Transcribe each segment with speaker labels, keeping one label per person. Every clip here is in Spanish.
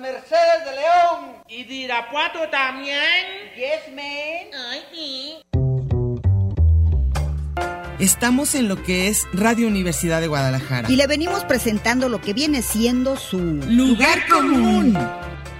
Speaker 1: Mercedes de León.
Speaker 2: ¿Y de Irapuato también?
Speaker 1: Yes, man.
Speaker 2: Ay, sí.
Speaker 3: Estamos en lo que es Radio Universidad de Guadalajara.
Speaker 4: Y le venimos presentando lo que viene siendo su
Speaker 3: Lugar común.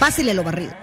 Speaker 4: Pásele lo barrido.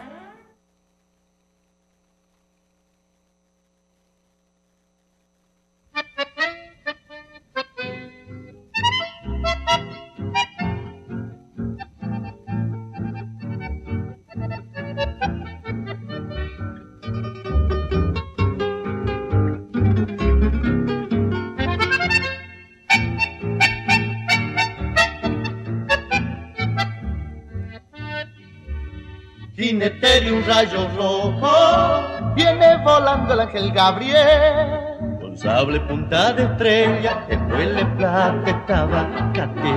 Speaker 5: jinete de un rayo rojo, viene volando el ángel Gabriel. Con sable punta de estrella, que huele plata esta vacate.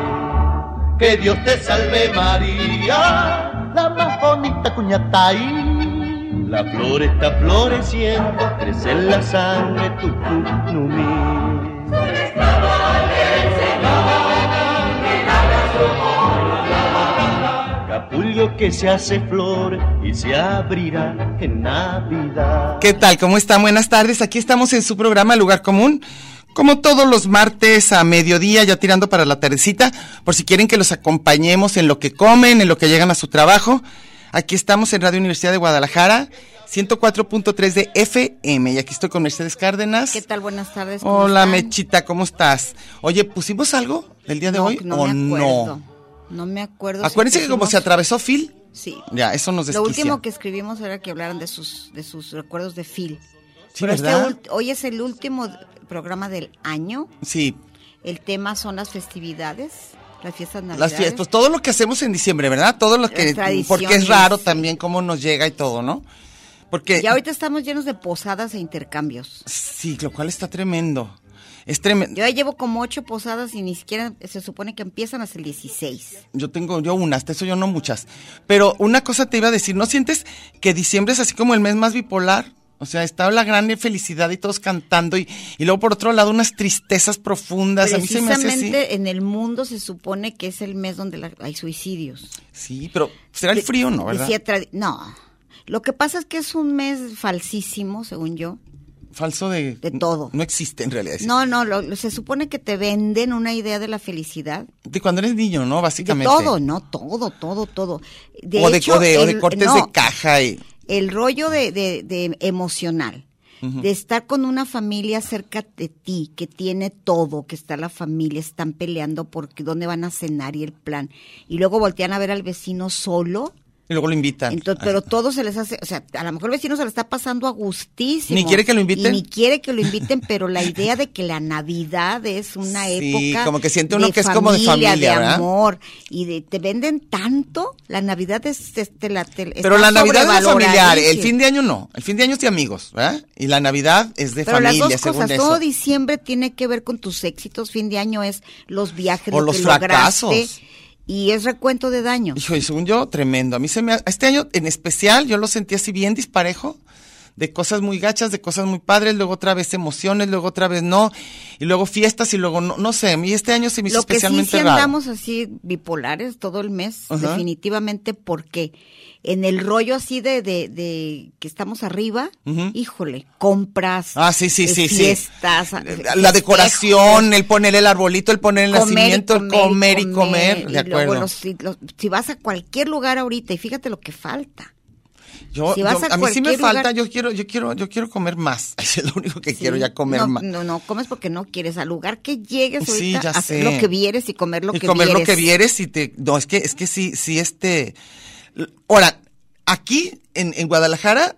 Speaker 5: Que Dios te salve María, la más bonita cuñata ahí. La flor está floreciendo, crece en la sangre tu cunumí. Capullo que se hace flor y se abrirá en Navidad.
Speaker 3: ¿Qué tal? ¿Cómo están? Buenas tardes. Aquí estamos en su programa Lugar Común. Como todos los martes a mediodía, ya tirando para la tardecita, por si quieren que los acompañemos en lo que comen, en lo que llegan a su trabajo. Aquí estamos en Radio Universidad de Guadalajara, 104.3 de FM. Y aquí estoy con Mercedes Cárdenas.
Speaker 4: ¿Qué tal? Buenas tardes. ¿cómo
Speaker 3: Hola,
Speaker 4: están?
Speaker 3: Mechita, ¿cómo estás? Oye, ¿pusimos algo el día de
Speaker 4: No,
Speaker 3: hoy
Speaker 4: no
Speaker 3: o
Speaker 4: me acuerdo.
Speaker 3: no?
Speaker 4: No me acuerdo. si
Speaker 3: Acuérdense que como
Speaker 4: pusimos-
Speaker 3: se atravesó Phil,
Speaker 4: Sí.
Speaker 3: ya, eso nos
Speaker 4: Lo
Speaker 3: desquicia.
Speaker 4: último que escribimos era que hablaran de sus, de sus recuerdos de Phil.
Speaker 3: Sí,
Speaker 4: Pero este
Speaker 3: ¿verdad?
Speaker 4: ult- hoy es el último programa del año.
Speaker 3: Sí,
Speaker 4: El tema son las festividades, las fiestas
Speaker 3: las
Speaker 4: navideñas.
Speaker 3: fiestas, pues todo lo que hacemos en diciembre, ¿verdad? Todo lo que,
Speaker 4: Las tradiciones.
Speaker 3: porque es raro también cómo nos llega y todo, ¿no? Porque,
Speaker 4: Y ahorita estamos llenos de posadas e intercambios.
Speaker 3: pues, eh, sí, lo cual está tremendo, es tremendo.
Speaker 4: Yo ya llevo como ocho posadas y ni siquiera se supone que empiezan hasta el 16.
Speaker 3: Yo tengo, yo unas, te eso yo no muchas, pero una cosa te iba a decir, ¿no sientes que diciembre es así como el mes más bipolar? O sea, está la gran felicidad y todos cantando y, y luego por otro lado unas tristezas profundas. A mí se me hace así.
Speaker 4: Precisamente en el mundo se supone que es el mes donde la- hay suicidios.
Speaker 3: Sí, pero será el
Speaker 4: De-
Speaker 3: frío, ¿no? ¿Verdad?
Speaker 4: decía tradi- no. Lo que pasa es que es un mes falsísimo, según yo.
Speaker 3: Falso de,
Speaker 4: de todo.
Speaker 3: No existe en realidad.
Speaker 4: No, no, lo- lo- se supone que te venden una idea de la felicidad.
Speaker 3: De cuando eres niño, ¿no?
Speaker 4: De
Speaker 3: Básicamente.
Speaker 4: todo, ¿no? Todo, todo, todo. De
Speaker 3: o, de,
Speaker 4: hecho,
Speaker 3: o de- o de
Speaker 4: el-
Speaker 3: cortes
Speaker 4: no,
Speaker 3: de caja y
Speaker 4: El rollo de, de- de emocional, de estar con una familia cerca de ti, que tiene todo, que está la familia, están peleando por qué- dónde van a cenar y el plan. Y luego voltean a ver al vecino solo.
Speaker 3: y luego lo invitan.
Speaker 4: Entonces, pero todo se les hace, o sea, a lo mejor el vecino se le está pasando a gustísimo.
Speaker 3: Ni quiere que lo inviten.
Speaker 4: Y ni quiere que lo inviten, pero la idea de que la Navidad es una
Speaker 3: Sí,
Speaker 4: época.
Speaker 3: como que siente uno que es como de familia,
Speaker 4: de
Speaker 3: ¿verdad?
Speaker 4: amor. Y de, te venden tanto, la Navidad es, este, la, te-
Speaker 3: Pero
Speaker 4: está
Speaker 3: la Navidad es familiar, el
Speaker 4: sobrevaloradísima.
Speaker 3: fin de año no, el fin de año es de amigos, ¿verdad? Y la Navidad es de
Speaker 4: Pero
Speaker 3: familia,
Speaker 4: las dos
Speaker 3: según
Speaker 4: cosas,
Speaker 3: eso.
Speaker 4: todo diciembre tiene que ver con tus éxitos, fin de año es los viajes,
Speaker 3: O
Speaker 4: lo
Speaker 3: los
Speaker 4: que
Speaker 3: fracasos.
Speaker 4: lograste, y es recuento de daños.
Speaker 3: Hijo, y según yo, tremendo. A mí se me ha- este año en especial yo lo sentí así bien disparejo, de cosas muy gachas, de cosas muy padres, luego otra vez emociones, luego otra vez no, y luego fiestas y luego no, no sé, a mí este año se me hizo
Speaker 4: Lo que sí,
Speaker 3: especialmente
Speaker 4: sí
Speaker 3: raro.
Speaker 4: andamos así bipolares todo el mes,
Speaker 3: Ajá.
Speaker 4: definitivamente, porque en el rollo así de, de, de que estamos arriba,
Speaker 3: Ujú.
Speaker 4: híjole, compras,
Speaker 3: Ah, sí, sí,
Speaker 4: eh,
Speaker 3: sí, sí.
Speaker 4: fiestas,
Speaker 3: La-
Speaker 4: eh,
Speaker 3: La
Speaker 4: festejos,
Speaker 3: decoración, el poner el arbolito, el poner el nacimiento, el comer y comer, de
Speaker 4: y luego
Speaker 3: acuerdo.
Speaker 4: los- si, los- si vas a cualquier lugar ahorita, y fíjate lo que falta.
Speaker 3: Yo,
Speaker 4: Si vas
Speaker 3: yo-
Speaker 4: a
Speaker 3: a, mí sí me
Speaker 4: cualquier lugar-
Speaker 3: falta, yo quiero, yo quiero, yo quiero comer más. Es lo único que
Speaker 4: Sí.
Speaker 3: quiero ya comer
Speaker 4: no,
Speaker 3: más.
Speaker 4: No, no comes porque no quieres. Al lugar que llegues
Speaker 3: Sí,
Speaker 4: ahorita,
Speaker 3: ya
Speaker 4: hacer
Speaker 3: sé.
Speaker 4: lo que vieres y comer lo
Speaker 3: y
Speaker 4: que
Speaker 3: comer
Speaker 4: vieres.
Speaker 3: lo que vieres y te, no, es que, es que sí, sí, este, ahora, aquí en, en Guadalajara,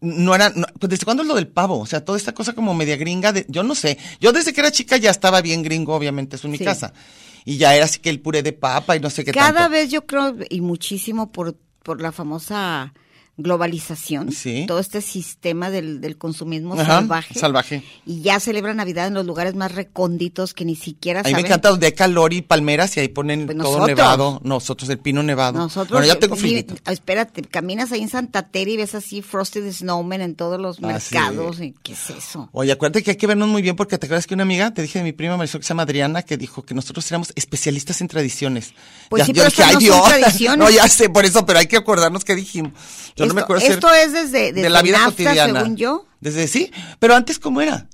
Speaker 3: no era, no- pues desde cuándo es lo del pavo, o sea, toda esta cosa como media gringa, de, yo no sé, yo desde que era chica ya estaba bien gringo, obviamente, eso en mi
Speaker 4: Sí.
Speaker 3: casa, y ya era así que el puré de papa y no sé qué
Speaker 4: Cada
Speaker 3: tanto.
Speaker 4: vez yo creo, y muchísimo por, por la famosa globalización,
Speaker 3: Sí.
Speaker 4: todo este sistema del, del consumismo
Speaker 3: Ajá,
Speaker 4: salvaje.
Speaker 3: salvaje.
Speaker 4: Y ya celebran Navidad en los lugares más recónditos que ni siquiera
Speaker 3: A mí me
Speaker 4: saben-
Speaker 3: encanta donde hay calor y palmeras y ahí ponen
Speaker 4: Pues
Speaker 3: todo
Speaker 4: nosotros.
Speaker 3: nevado, nosotros el pino nevado.
Speaker 4: Nosotros, eh,
Speaker 3: bueno, ya tengo
Speaker 4: mi-
Speaker 3: frío.
Speaker 4: espérate, caminas ahí en Santa Teresa y ves así Frosted Snowman en todos los
Speaker 3: Ah, sí.
Speaker 4: mercados. y ¿Qué es eso?
Speaker 3: Oye, acuérdate que hay que vernos muy bien porque te acuerdas que una amiga, te dije de mi prima Marisol que se llama Adriana, que dijo que nosotros éramos especialistas en tradiciones.
Speaker 4: Pues sí, pero estas no son tradiciones.
Speaker 3: no, ya sé, por eso, pero hay que acordarnos qué dijimos. Yo no me
Speaker 4: Esto-
Speaker 3: acuerdo si
Speaker 4: esto
Speaker 3: era-
Speaker 4: es desde-
Speaker 3: de
Speaker 4: desde
Speaker 3: la vida
Speaker 4: NAFTA,
Speaker 3: cotidiana.
Speaker 4: según yo.
Speaker 3: Desde sí, pero antes cómo era?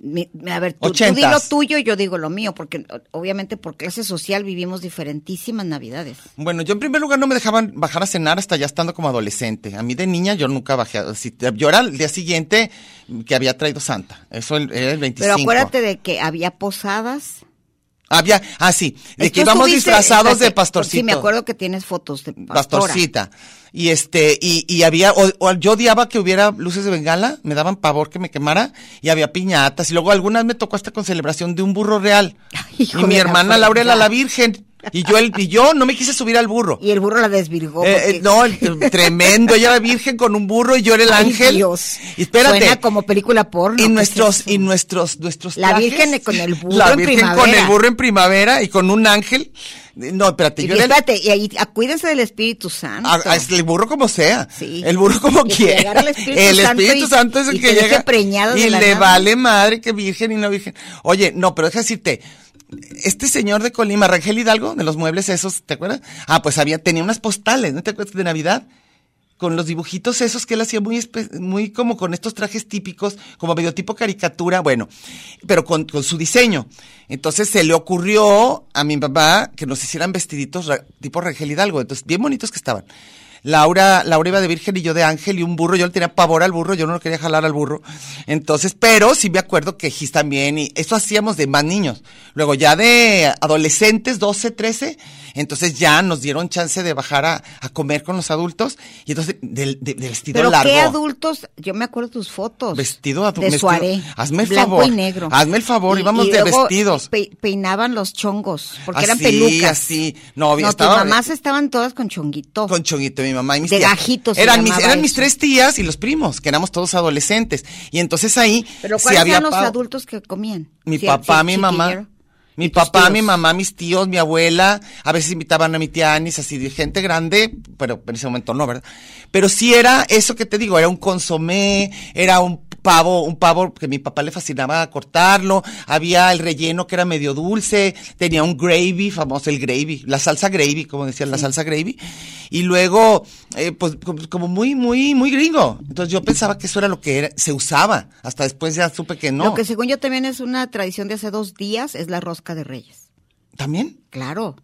Speaker 4: Mi- a ver, tú, tú di
Speaker 3: Ochentas.
Speaker 4: lo tuyo y yo digo lo mío, porque o- obviamente por clase social vivimos diferentísimas Navidades.
Speaker 3: Bueno, yo en primer lugar no me dejaban bajar a cenar hasta ya estando como adolescente. A mí de niña yo nunca bajé. a- si- yo era el día siguiente que había traído Santa. Eso el- era el 25.
Speaker 4: Pero acuérdate de que había posadas.
Speaker 3: Había, ah, sí, de
Speaker 4: Tú
Speaker 3: que íbamos
Speaker 4: estuviste-
Speaker 3: disfrazados de
Speaker 4: espérate,
Speaker 3: pastorcito.
Speaker 4: Sí, me acuerdo que tienes fotos de pastora.
Speaker 3: pastorcita. Y este, y, y había, o- o yo odiaba que hubiera luces de bengala, me daban pavor que me quemara, y había piñatas, y luego alguna vez me tocó hasta con celebración de un burro real.
Speaker 4: hijo
Speaker 3: y mi
Speaker 4: de la
Speaker 3: hermana
Speaker 4: fregada.
Speaker 3: Laurela la Virgen. Y yo el, y yo no me quise subir al burro.
Speaker 4: Y el burro la desvirgó.
Speaker 3: Eh, eh,
Speaker 4: porque-
Speaker 3: no, el- el tremendo, ella era virgen con un burro y yo era el
Speaker 4: Ay,
Speaker 3: ángel.
Speaker 4: Dios.
Speaker 3: Y espérate.
Speaker 4: Suena como película porno.
Speaker 3: y
Speaker 4: ¿qué es
Speaker 3: nuestros,
Speaker 4: eso?
Speaker 3: y nuestros, nuestros
Speaker 4: La
Speaker 3: trajes.
Speaker 4: Virgen con el burro
Speaker 3: La
Speaker 4: en
Speaker 3: Virgen con
Speaker 4: primavera.
Speaker 3: el burro en primavera y con un ángel. No, espérate,
Speaker 4: Y
Speaker 3: yo era el-
Speaker 4: espérate, y ahí, acuídense del Espíritu Santo.
Speaker 3: a- a- el burro como sea.
Speaker 4: Sí.
Speaker 3: El burro como
Speaker 4: Y que
Speaker 3: quiera.
Speaker 4: llegara el Espíritu Santo
Speaker 3: Espíritu
Speaker 4: y-
Speaker 3: Santo es el
Speaker 4: y
Speaker 3: que
Speaker 4: te deje
Speaker 3: llega.
Speaker 4: preñado
Speaker 3: y
Speaker 4: de la
Speaker 3: le
Speaker 4: nada.
Speaker 3: vale madre que virgen y no virgen. Oye, no, pero deja decirte. Este señor de Colima, Rangel Hidalgo, de los muebles esos, ¿te acuerdas? Ah, pues había, tenía unas postales, ¿no te acuerdas de Navidad? Con los dibujitos esos que él hacía muy, espe- muy como con estos trajes típicos, como medio tipo caricatura, bueno, pero con, con su diseño. Entonces se le ocurrió a mi papá que nos hicieran vestiditos ra- tipo Rangel Hidalgo, entonces bien bonitos que estaban. Laura, Laura iba de virgen y yo de ángel y un burro, yo le tenía pavor al burro, yo no lo quería jalar al burro. Entonces, pero sí me acuerdo que Gis también, y eso hacíamos de más niños. Luego ya de adolescentes, 12, 13, entonces ya nos dieron chance de bajar a, a comer con los adultos y entonces del de, de vestido
Speaker 4: Pero
Speaker 3: largo.
Speaker 4: qué adultos, yo me acuerdo tus fotos.
Speaker 3: Vestido adu-
Speaker 4: de
Speaker 3: vestido-
Speaker 4: Suaré.
Speaker 3: Hazme el
Speaker 4: blanco
Speaker 3: favor,
Speaker 4: y negro.
Speaker 3: hazme el favor, íbamos de
Speaker 4: luego
Speaker 3: vestidos.
Speaker 4: pe- peinaban los chongos, porque eran
Speaker 3: Así,
Speaker 4: pelucas.
Speaker 3: así. No, había-
Speaker 4: no
Speaker 3: estaba-
Speaker 4: tus mamás estaban todas con chonguito.
Speaker 3: Con chonguito mi mamá y mis
Speaker 4: De
Speaker 3: tías.
Speaker 4: gajitos se
Speaker 3: Eran mis,
Speaker 4: llamaba
Speaker 3: eran mis
Speaker 4: eso.
Speaker 3: tres tías y los primos, que éramos todos adolescentes. Y entonces ahí
Speaker 4: Pero
Speaker 3: sí
Speaker 4: ¿cuáles
Speaker 3: había
Speaker 4: eran los
Speaker 3: pavo.
Speaker 4: adultos que comían?
Speaker 3: Mi
Speaker 4: Si-
Speaker 3: papá,
Speaker 4: si-
Speaker 3: mi mamá.
Speaker 4: chiquillero.
Speaker 3: Mi
Speaker 4: ¿Y tus
Speaker 3: papá,
Speaker 4: tíos?
Speaker 3: mi mamá, mis tíos, mi abuela. A veces invitaban a mi tía Anis, así de gente grande, pero en ese momento no, ¿verdad? Pero sí era eso que te digo, era un consomé, era un pavo, un pavo que mi papá le fascinaba cortarlo, había el relleno que era medio dulce, tenía un gravy, famoso el gravy, la salsa gravy, como decían, la salsa gravy, y luego, eh, pues como- como muy, muy, muy gringo. Entonces yo pensaba que eso era lo que era- se usaba, hasta después ya supe que no.
Speaker 4: Lo que según yo también es una tradición de hace dos días es la rosca de reyes.
Speaker 3: ¿También?
Speaker 4: Claro.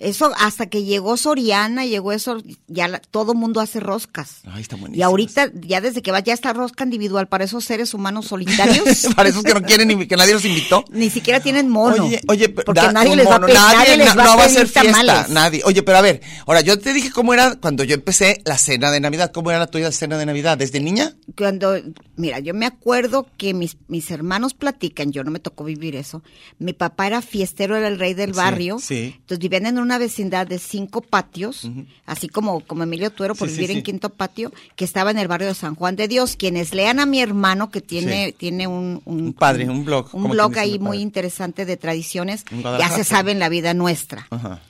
Speaker 4: Eso hasta que llegó Soriana, llegó eso, ya la- todo mundo hace roscas.
Speaker 3: Ay, está buenísimo.
Speaker 4: Y ahorita, ya desde que va, ya está rosca individual para esos seres humanos solitarios.
Speaker 3: Para esos que no quieren ni que nadie los invitó.
Speaker 4: Ni siquiera tienen mono.
Speaker 3: Oye, oye, pero
Speaker 4: porque
Speaker 3: da-
Speaker 4: nadie,
Speaker 3: un
Speaker 4: les va, a
Speaker 3: mono,
Speaker 4: pe- nadie les
Speaker 3: na-
Speaker 4: va
Speaker 3: no
Speaker 4: a
Speaker 3: va a
Speaker 4: pedir
Speaker 3: ser fiesta,
Speaker 4: tamales.
Speaker 3: nadie. Oye, pero a ver, ahora yo te dije cómo era cuando yo empecé la cena de Navidad, cómo era la tuya cena de Navidad desde niña.
Speaker 4: Cuando, mira, yo me acuerdo que mis, mis hermanos platican, yo no me tocó vivir eso. Mi papá era fiestero, era el rey del
Speaker 3: Sí,
Speaker 4: barrio.
Speaker 3: sí.
Speaker 4: Entonces vivían en una vecindad de cinco patios, así como, como Emilio Tuero por
Speaker 3: Sí, sí,
Speaker 4: vivir
Speaker 3: sí.
Speaker 4: en quinto patio, que estaba en el barrio de San Juan de Dios. Quienes lean a mi hermano, que tiene,
Speaker 3: Sí.
Speaker 4: tiene un,
Speaker 3: Un padre, un blog,
Speaker 4: Un
Speaker 3: como
Speaker 4: blog
Speaker 3: quien dice mi
Speaker 4: ahí muy
Speaker 3: padre.
Speaker 4: interesante de tradiciones,
Speaker 3: En
Speaker 4: ya
Speaker 3: Guadalajara.
Speaker 4: se sabe en la vida nuestra
Speaker 3: Ajá.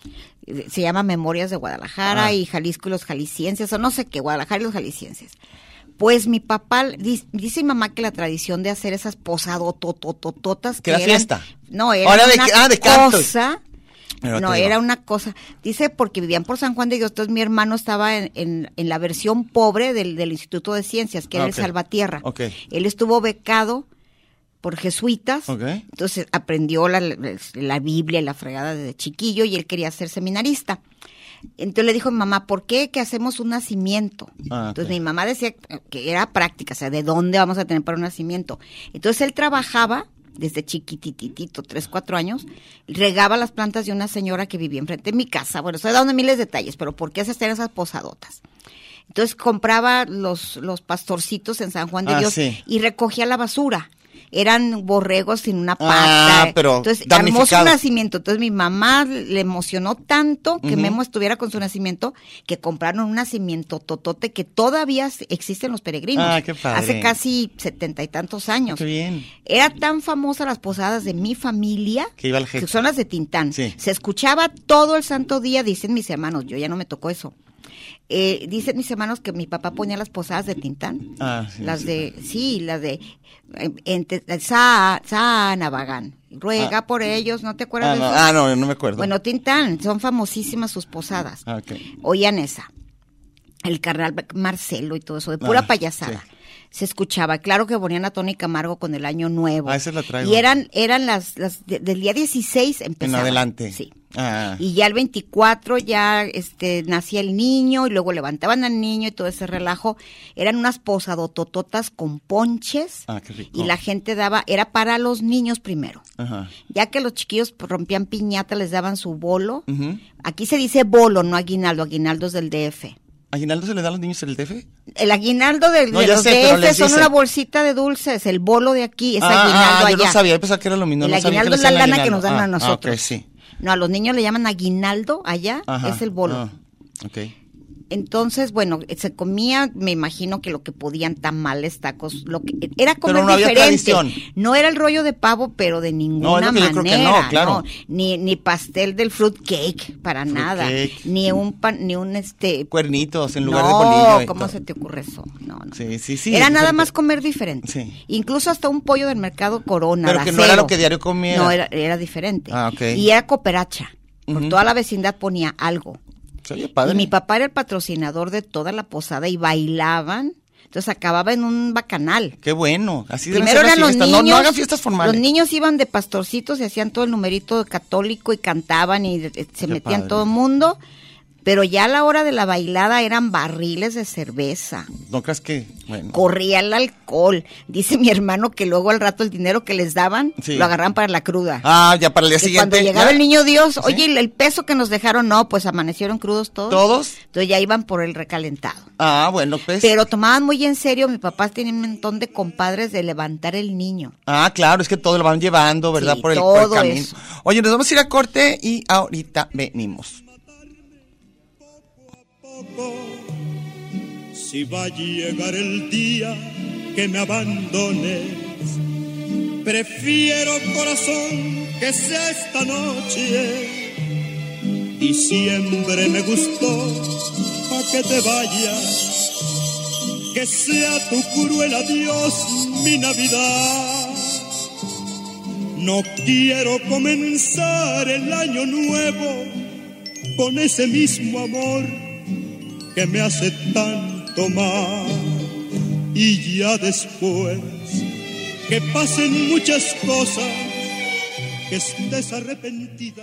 Speaker 4: se llama Memorias de Guadalajara
Speaker 3: Ah.
Speaker 4: y Jalisco y los jaliscienses, o no sé qué, Guadalajara y los jaliscienses. Pues mi papá, dice, dice mi mamá que la tradición de hacer esas posadotototototas.
Speaker 3: Que era fiesta.
Speaker 4: No, era
Speaker 3: Ahora de
Speaker 4: una
Speaker 3: que- ah, de canto.
Speaker 4: cosa.
Speaker 3: Pero
Speaker 4: no,
Speaker 3: te digo.
Speaker 4: era una cosa. Dice, porque vivían por San Juan de Dios, entonces mi hermano estaba en, en- en la versión pobre del, del Instituto de Ciencias, que
Speaker 3: Ah,
Speaker 4: era
Speaker 3: ok.
Speaker 4: el Salvatierra.
Speaker 3: Ok.
Speaker 4: Él estuvo becado por jesuitas.
Speaker 3: Ok.
Speaker 4: Entonces aprendió la, la- la Biblia y la fregada desde chiquillo y él quería ser seminarista. Entonces le dijo mi mamá, ¿por qué que hacemos un nacimiento?
Speaker 3: Ah,
Speaker 4: Entonces
Speaker 3: ok.
Speaker 4: mi mamá decía que era práctica, o sea, ¿de dónde vamos a tener para un nacimiento? Entonces él trabajaba desde chiquititito, tres, cuatro años, regaba las plantas de una señora que vivía enfrente de mi casa. Bueno, estoy dando miles de detalles, pero ¿por qué se hacen esas posadotas? Entonces compraba los, los pastorcitos en San Juan de
Speaker 3: Ah,
Speaker 4: Dios
Speaker 3: sí.
Speaker 4: y recogía la basura. Eran borregos sin una
Speaker 3: Ah,
Speaker 4: pata.
Speaker 3: pero
Speaker 4: Entonces, armó su
Speaker 3: damnificados.
Speaker 4: nacimiento. Entonces, mi mamá le emocionó tanto que
Speaker 3: Ujú.
Speaker 4: Memo estuviera con su nacimiento que compraron un nacimiento totote que todavía existen los peregrinos.
Speaker 3: Ah, qué padre.
Speaker 4: Hace casi setenta y tantos años.
Speaker 3: Qué bien.
Speaker 4: Era tan famosa las posadas de mi familia,
Speaker 3: Que iba al jefe.
Speaker 4: que son las de Tintán.
Speaker 3: Sí.
Speaker 4: Se escuchaba todo el santo día, dicen mis hermanos, yo ya no me tocó eso. Eh, dicen mis hermanos que mi papá ponía las posadas de Tintán.
Speaker 3: Ah, sí,
Speaker 4: las
Speaker 3: sí.
Speaker 4: de, sí, las de eh, ente- Sa- Sanabagán. Ruega
Speaker 3: Ah.
Speaker 4: por ellos, ¿no te acuerdas
Speaker 3: Ah,
Speaker 4: de
Speaker 3: no,
Speaker 4: eso?
Speaker 3: ah, no, no me acuerdo.
Speaker 4: Bueno, Tintán, son famosísimas sus posadas.
Speaker 3: Ah, ok.
Speaker 4: Oían esa. El carnal Marcelo y todo eso, de pura
Speaker 3: Ah,
Speaker 4: payasada.
Speaker 3: sí.
Speaker 4: Se escuchaba, claro que ponían a Tony Camargo con el año nuevo.
Speaker 3: Ah, esa la traigo.
Speaker 4: Y eran, eran las, las de- del día 16
Speaker 3: en
Speaker 4: empezaban.
Speaker 3: adelante.
Speaker 4: Sí.
Speaker 3: Ah,
Speaker 4: Y ya el 24 ya este, nacía el niño y luego levantaban al niño y todo ese relajo. Eran unas posadotototas con ponches
Speaker 3: Ah, qué rico.
Speaker 4: y la gente daba, era para los niños primero.
Speaker 3: ajá.
Speaker 4: Ya que los chiquillos rompían piñata, les daban su bolo.
Speaker 3: Ujú.
Speaker 4: Aquí se dice bolo, no aguinaldo. Aguinaldo es del DF.
Speaker 3: ¿Aguinaldo se le da a los niños el DF?
Speaker 4: El aguinaldo del,
Speaker 3: No,
Speaker 4: de
Speaker 3: ya
Speaker 4: los
Speaker 3: sé, pero
Speaker 4: DF
Speaker 3: les
Speaker 4: son
Speaker 3: dicen.
Speaker 4: una bolsita de dulces. El bolo de aquí es
Speaker 3: ah,
Speaker 4: aguinaldo
Speaker 3: ah, yo
Speaker 4: allá.
Speaker 3: no sabía, yo pensaba que era lo mismo.
Speaker 4: el
Speaker 3: no sabía que
Speaker 4: aguinaldo
Speaker 3: le
Speaker 4: es la lana
Speaker 3: decían
Speaker 4: que nos dan a
Speaker 3: aguinaldo. Ah,
Speaker 4: nosotros.
Speaker 3: Ah, ok, sí.
Speaker 4: No, a los niños le llaman aguinaldo allá,
Speaker 3: Ajá,
Speaker 4: es el bolo.
Speaker 3: ah, ok.
Speaker 4: Entonces, bueno, se comía, me imagino que lo que podían, tamales, tacos, lo que era comer
Speaker 3: Pero no había
Speaker 4: diferente.
Speaker 3: tradición.
Speaker 4: No era el rollo de pavo, pero de ninguna
Speaker 3: es lo que yo creo que
Speaker 4: manera,
Speaker 3: no, claro.
Speaker 4: Ni ni pastel del fruit cake para nada,
Speaker 3: cake.
Speaker 4: ni un pan, ni un este
Speaker 3: Cuernitos en lugar de
Speaker 4: no,
Speaker 3: bolillo. y
Speaker 4: ¿cómo
Speaker 3: todo.
Speaker 4: se te ocurre eso? No, no.
Speaker 3: Sí, sí, sí,
Speaker 4: Era
Speaker 3: es
Speaker 4: nada
Speaker 3: diferente.
Speaker 4: más comer diferente.
Speaker 3: Sí.
Speaker 4: Incluso hasta un pollo del mercado Corona.
Speaker 3: Pero
Speaker 4: de
Speaker 3: que no
Speaker 4: acero.
Speaker 3: era lo que diario comía.
Speaker 4: No, era, era diferente.
Speaker 3: Ah, ok.
Speaker 4: Y era cooperacha. Por
Speaker 3: Ujú.
Speaker 4: toda la vecindad ponía algo.
Speaker 3: Se oye padre.
Speaker 4: Y mi papá era el patrocinador de toda la posada y bailaban. Entonces acababa en un bacanal.
Speaker 3: Qué bueno. Así deben
Speaker 4: Primero
Speaker 3: ser las
Speaker 4: eran los
Speaker 3: fiestas.
Speaker 4: niños.
Speaker 3: No, no hagan fiestas formales.
Speaker 4: Los niños iban de pastorcitos y hacían todo el numerito católico y cantaban y eh, se
Speaker 3: Qué
Speaker 4: metían
Speaker 3: padre.
Speaker 4: todo el mundo. Pero ya a la hora de la bailada eran barriles de cerveza.
Speaker 3: No creas que. Bueno.
Speaker 4: Corría el alcohol. Dice mi hermano que luego al rato el dinero que les daban
Speaker 3: Sí.
Speaker 4: lo agarran para la cruda.
Speaker 3: Ah, ya para el día
Speaker 4: Y
Speaker 3: siguiente.
Speaker 4: cuando llegaba
Speaker 3: ya-
Speaker 4: el niño Dios, oye, el- el peso que nos dejaron, no, pues amanecieron crudos todos.
Speaker 3: ¿Todos?
Speaker 4: Entonces ya iban por el recalentado.
Speaker 3: Ah, bueno, pues.
Speaker 4: Pero tomaban muy en serio, mi papá tenía un montón de compadres de levantar el niño.
Speaker 3: Ah, claro, es que todo lo van llevando, ¿verdad?
Speaker 4: Sí,
Speaker 3: por, el, por el
Speaker 4: todo
Speaker 3: camino.
Speaker 4: eso.
Speaker 3: Oye, nos vamos a ir a corte y ahorita venimos.
Speaker 6: Si va a llegar el día que me abandones, prefiero corazón que sea esta noche. Diciembre me gustó pa' que te vayas, que sea tu cruel adiós mi Navidad. No quiero comenzar el año nuevo con ese mismo amor que me hace tanto mal. Y ya después que pasen muchas cosas, que estés arrepentida.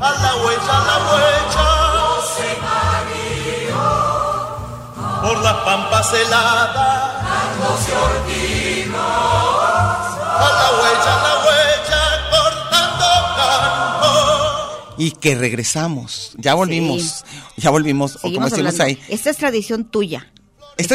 Speaker 5: A la huella, a la huella. Se Por las pampas heladas. Las a la huella, a la huella, cortando campo.
Speaker 3: Y que regresamos. Ya volvimos. Ya volvimos. O como
Speaker 4: Seguimos
Speaker 3: decimos
Speaker 4: hablando.
Speaker 3: ahí.
Speaker 4: Esta es tradición tuya.
Speaker 3: Esta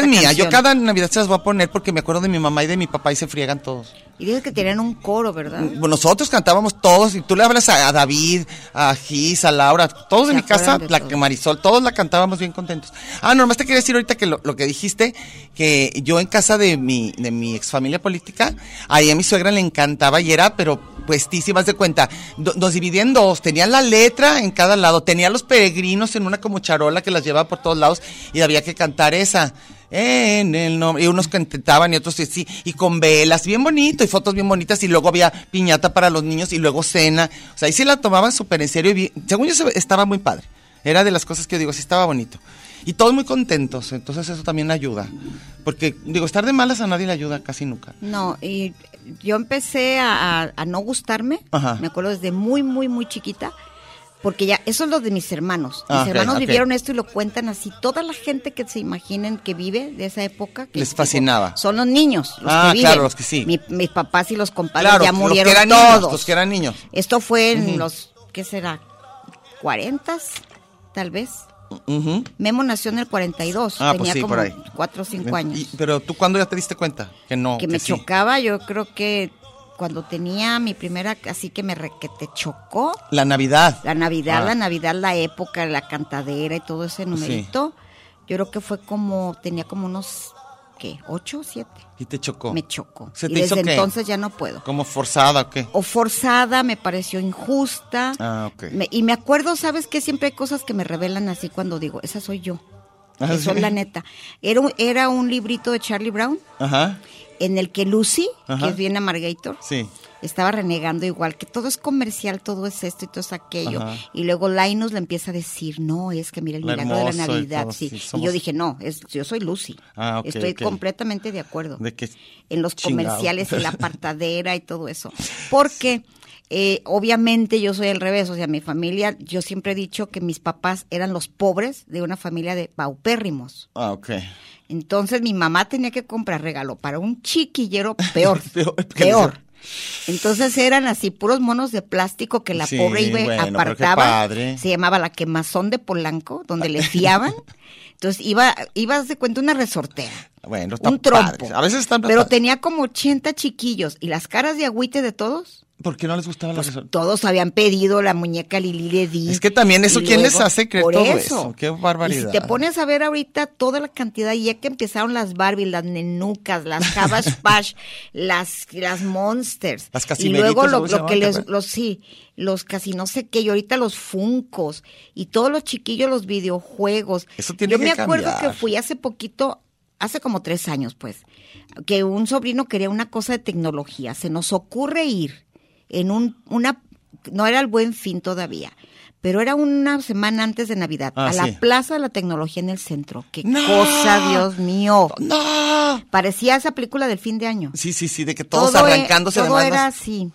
Speaker 4: esta
Speaker 3: es mía. Yo
Speaker 4: canción.
Speaker 3: cada Navidad se las voy a poner porque me acuerdo de mi mamá y de mi papá y se friegan todos.
Speaker 4: Y dices que tenían un coro, ¿verdad?
Speaker 3: Pues Nosotros cantábamos todos y tú le hablas a, a David, a Gis, a Laura, todos
Speaker 4: Se
Speaker 3: de mi
Speaker 4: acuerdan
Speaker 3: casa,
Speaker 4: de
Speaker 3: la
Speaker 4: todo.
Speaker 3: que Marisol, todos la cantábamos bien contentos. Ah, no, nomás te quería decir ahorita que lo, lo que dijiste, que yo en casa de mi, de mi ex familia política, ahí a mi suegra le encantaba y era, pero puestísimas de cuenta, do- nos dividían en dos, tenía la letra en cada lado, tenía los peregrinos en una como charola que las llevaba por todos lados y había que cantar esa. En el nombre, y unos cantaban y otros sí, sí, y con velas, bien bonito, y fotos bien bonitas, y luego había piñata para los niños, y luego cena. O sea, ahí sí la tomaban súper en serio, y vi- según yo se- estaba muy padre. Era de las cosas que digo, sí estaba bonito. Y todos muy contentos, entonces eso también ayuda. Porque, digo, estar de malas a nadie le ayuda casi nunca.
Speaker 4: No, y yo empecé a, a- a no gustarme,
Speaker 3: Ajá.
Speaker 4: me acuerdo desde muy, muy, muy chiquita, porque ya, eso es lo de mis hermanos. Mis
Speaker 3: Ah, ok,
Speaker 4: hermanos
Speaker 3: ok.
Speaker 4: vivieron esto y lo cuentan así. Toda la gente que se imaginen que vive de esa época. que
Speaker 3: Les
Speaker 4: digo,
Speaker 3: fascinaba.
Speaker 4: Son los niños, los
Speaker 3: Ah,
Speaker 4: que viven.
Speaker 3: claro, los que sí.
Speaker 4: Mi- mis papás y los compadres
Speaker 3: Claro,
Speaker 4: ya
Speaker 3: los que
Speaker 4: murieron
Speaker 3: eran
Speaker 4: todos.
Speaker 3: niños, los que eran niños.
Speaker 4: Esto fue en los, ¿qué será? ¿40s? Tal vez.
Speaker 3: Ujú.
Speaker 4: Memo nació en el 42,
Speaker 3: Ah, pues
Speaker 4: tenía
Speaker 3: sí,
Speaker 4: como
Speaker 3: por ahí.
Speaker 4: 4 o 5 años
Speaker 3: Y- pero tú, ¿cuándo ya te diste cuenta? Que no.
Speaker 4: que me
Speaker 3: sí.
Speaker 4: chocaba, yo creo que cuando tenía mi primera, así que me re- que te chocó
Speaker 3: La Navidad.
Speaker 4: la Navidad,
Speaker 3: Ah.
Speaker 4: la Navidad, la época, la cantadera y todo ese numerito. Yo creo que fue como tenía como unos qué, ocho, siete.
Speaker 3: Y te chocó.
Speaker 4: Me chocó.
Speaker 3: Oh. ¿Se
Speaker 4: y
Speaker 3: te hizo
Speaker 4: desde
Speaker 3: qué?
Speaker 4: entonces ya no puedo.
Speaker 3: ¿Como forzada o qué?
Speaker 4: O forzada, me pareció injusta.
Speaker 3: Ah, ok.
Speaker 4: Me- y me acuerdo, ¿sabes que Siempre hay cosas que me revelan así cuando digo, esa soy yo.
Speaker 3: Ah,
Speaker 4: Oh, Eso
Speaker 3: ¿sí?
Speaker 4: es la neta. Era un, era un librito de Charlie Brown
Speaker 3: Ajá,
Speaker 4: en el que Lucy,
Speaker 3: Ajá.
Speaker 4: que es bien amargator,
Speaker 3: sí.
Speaker 4: estaba renegando igual que todo es comercial, todo es esto y todo es aquello.
Speaker 3: Ajá.
Speaker 4: Y luego Linus le empieza a decir, no, es que mira el
Speaker 3: Lo
Speaker 4: milagro de la
Speaker 3: hermoso y
Speaker 4: Navidad.
Speaker 3: todo,
Speaker 4: sí.
Speaker 3: sí,
Speaker 4: Y
Speaker 3: somos-
Speaker 4: yo dije, no, es, yo soy Lucy.
Speaker 3: Ah, ok,
Speaker 4: Estoy
Speaker 3: ok.
Speaker 4: completamente de acuerdo.
Speaker 3: De que
Speaker 4: en los
Speaker 3: chingado.
Speaker 4: comerciales, en la apartadera y todo eso. Porque eh, obviamente yo soy al revés, o sea, mi familia, yo siempre he dicho que mis papás eran los pobres de una familia de paupérrimos.
Speaker 3: Ah, ok.
Speaker 4: Entonces mi mamá tenía que comprar regalo para un chiquillero peor,
Speaker 3: Peor,
Speaker 4: peor.
Speaker 3: porque
Speaker 4: Entonces eran así puros monos de plástico que la
Speaker 3: Sí,
Speaker 4: pobre iba
Speaker 3: bueno, pero qué
Speaker 4: apartaba.
Speaker 3: padre.
Speaker 4: Se llamaba la quemazón de Polanco, donde le fiaban. Entonces iba, iba de cuenta una resortera.
Speaker 3: Bueno, está
Speaker 4: Un trompo.
Speaker 3: padre. A veces están
Speaker 4: Pero
Speaker 3: padres.
Speaker 4: tenía como 80 chiquillos y las caras de agüite de todos.
Speaker 3: ¿Por qué no les gustaba
Speaker 4: Pues,
Speaker 3: la resol-
Speaker 4: Todos habían pedido la muñeca Lili de Di.
Speaker 3: Es que también eso,
Speaker 4: Y
Speaker 3: ¿quién les
Speaker 4: luego-
Speaker 3: hace creer
Speaker 4: por
Speaker 3: todo eso? Qué
Speaker 4: Y
Speaker 3: barbaridad.
Speaker 4: si te pones a ver ahorita toda la cantidad, ya que empezaron las Barbie, las Nenucas, las Java Spash, las, las Monsters.
Speaker 3: Las
Speaker 4: y
Speaker 3: Casimeritas,
Speaker 4: luego
Speaker 3: ¿cómo
Speaker 4: lo,
Speaker 3: se
Speaker 4: lo
Speaker 3: llamaban?
Speaker 4: que
Speaker 3: ¿Te
Speaker 4: les,
Speaker 3: acuerdas?
Speaker 4: los, sí, los casi no sé qué, y ahorita los Funcos, y todos los chiquillos, los videojuegos.
Speaker 3: Eso tiene
Speaker 4: Yo
Speaker 3: que
Speaker 4: me acuerdo
Speaker 3: cambiar.
Speaker 4: que fui hace poquito, hace como tres años, pues, que un sobrino quería una cosa de tecnología. Se nos ocurre ir en un, una, no era el buen fin todavía, pero era una semana antes de Navidad,
Speaker 3: Ah,
Speaker 4: a la
Speaker 3: sí.
Speaker 4: Plaza de la Tecnología en el centro. ¡Qué
Speaker 3: ¡No!
Speaker 4: cosa, Dios mío!
Speaker 3: ¡No!
Speaker 4: Parecía esa película del fin de año.
Speaker 3: Sí, sí, sí, de que todos
Speaker 4: Todo e-
Speaker 3: arrancándose
Speaker 4: Todo
Speaker 3: además.
Speaker 4: era
Speaker 3: las-
Speaker 4: así.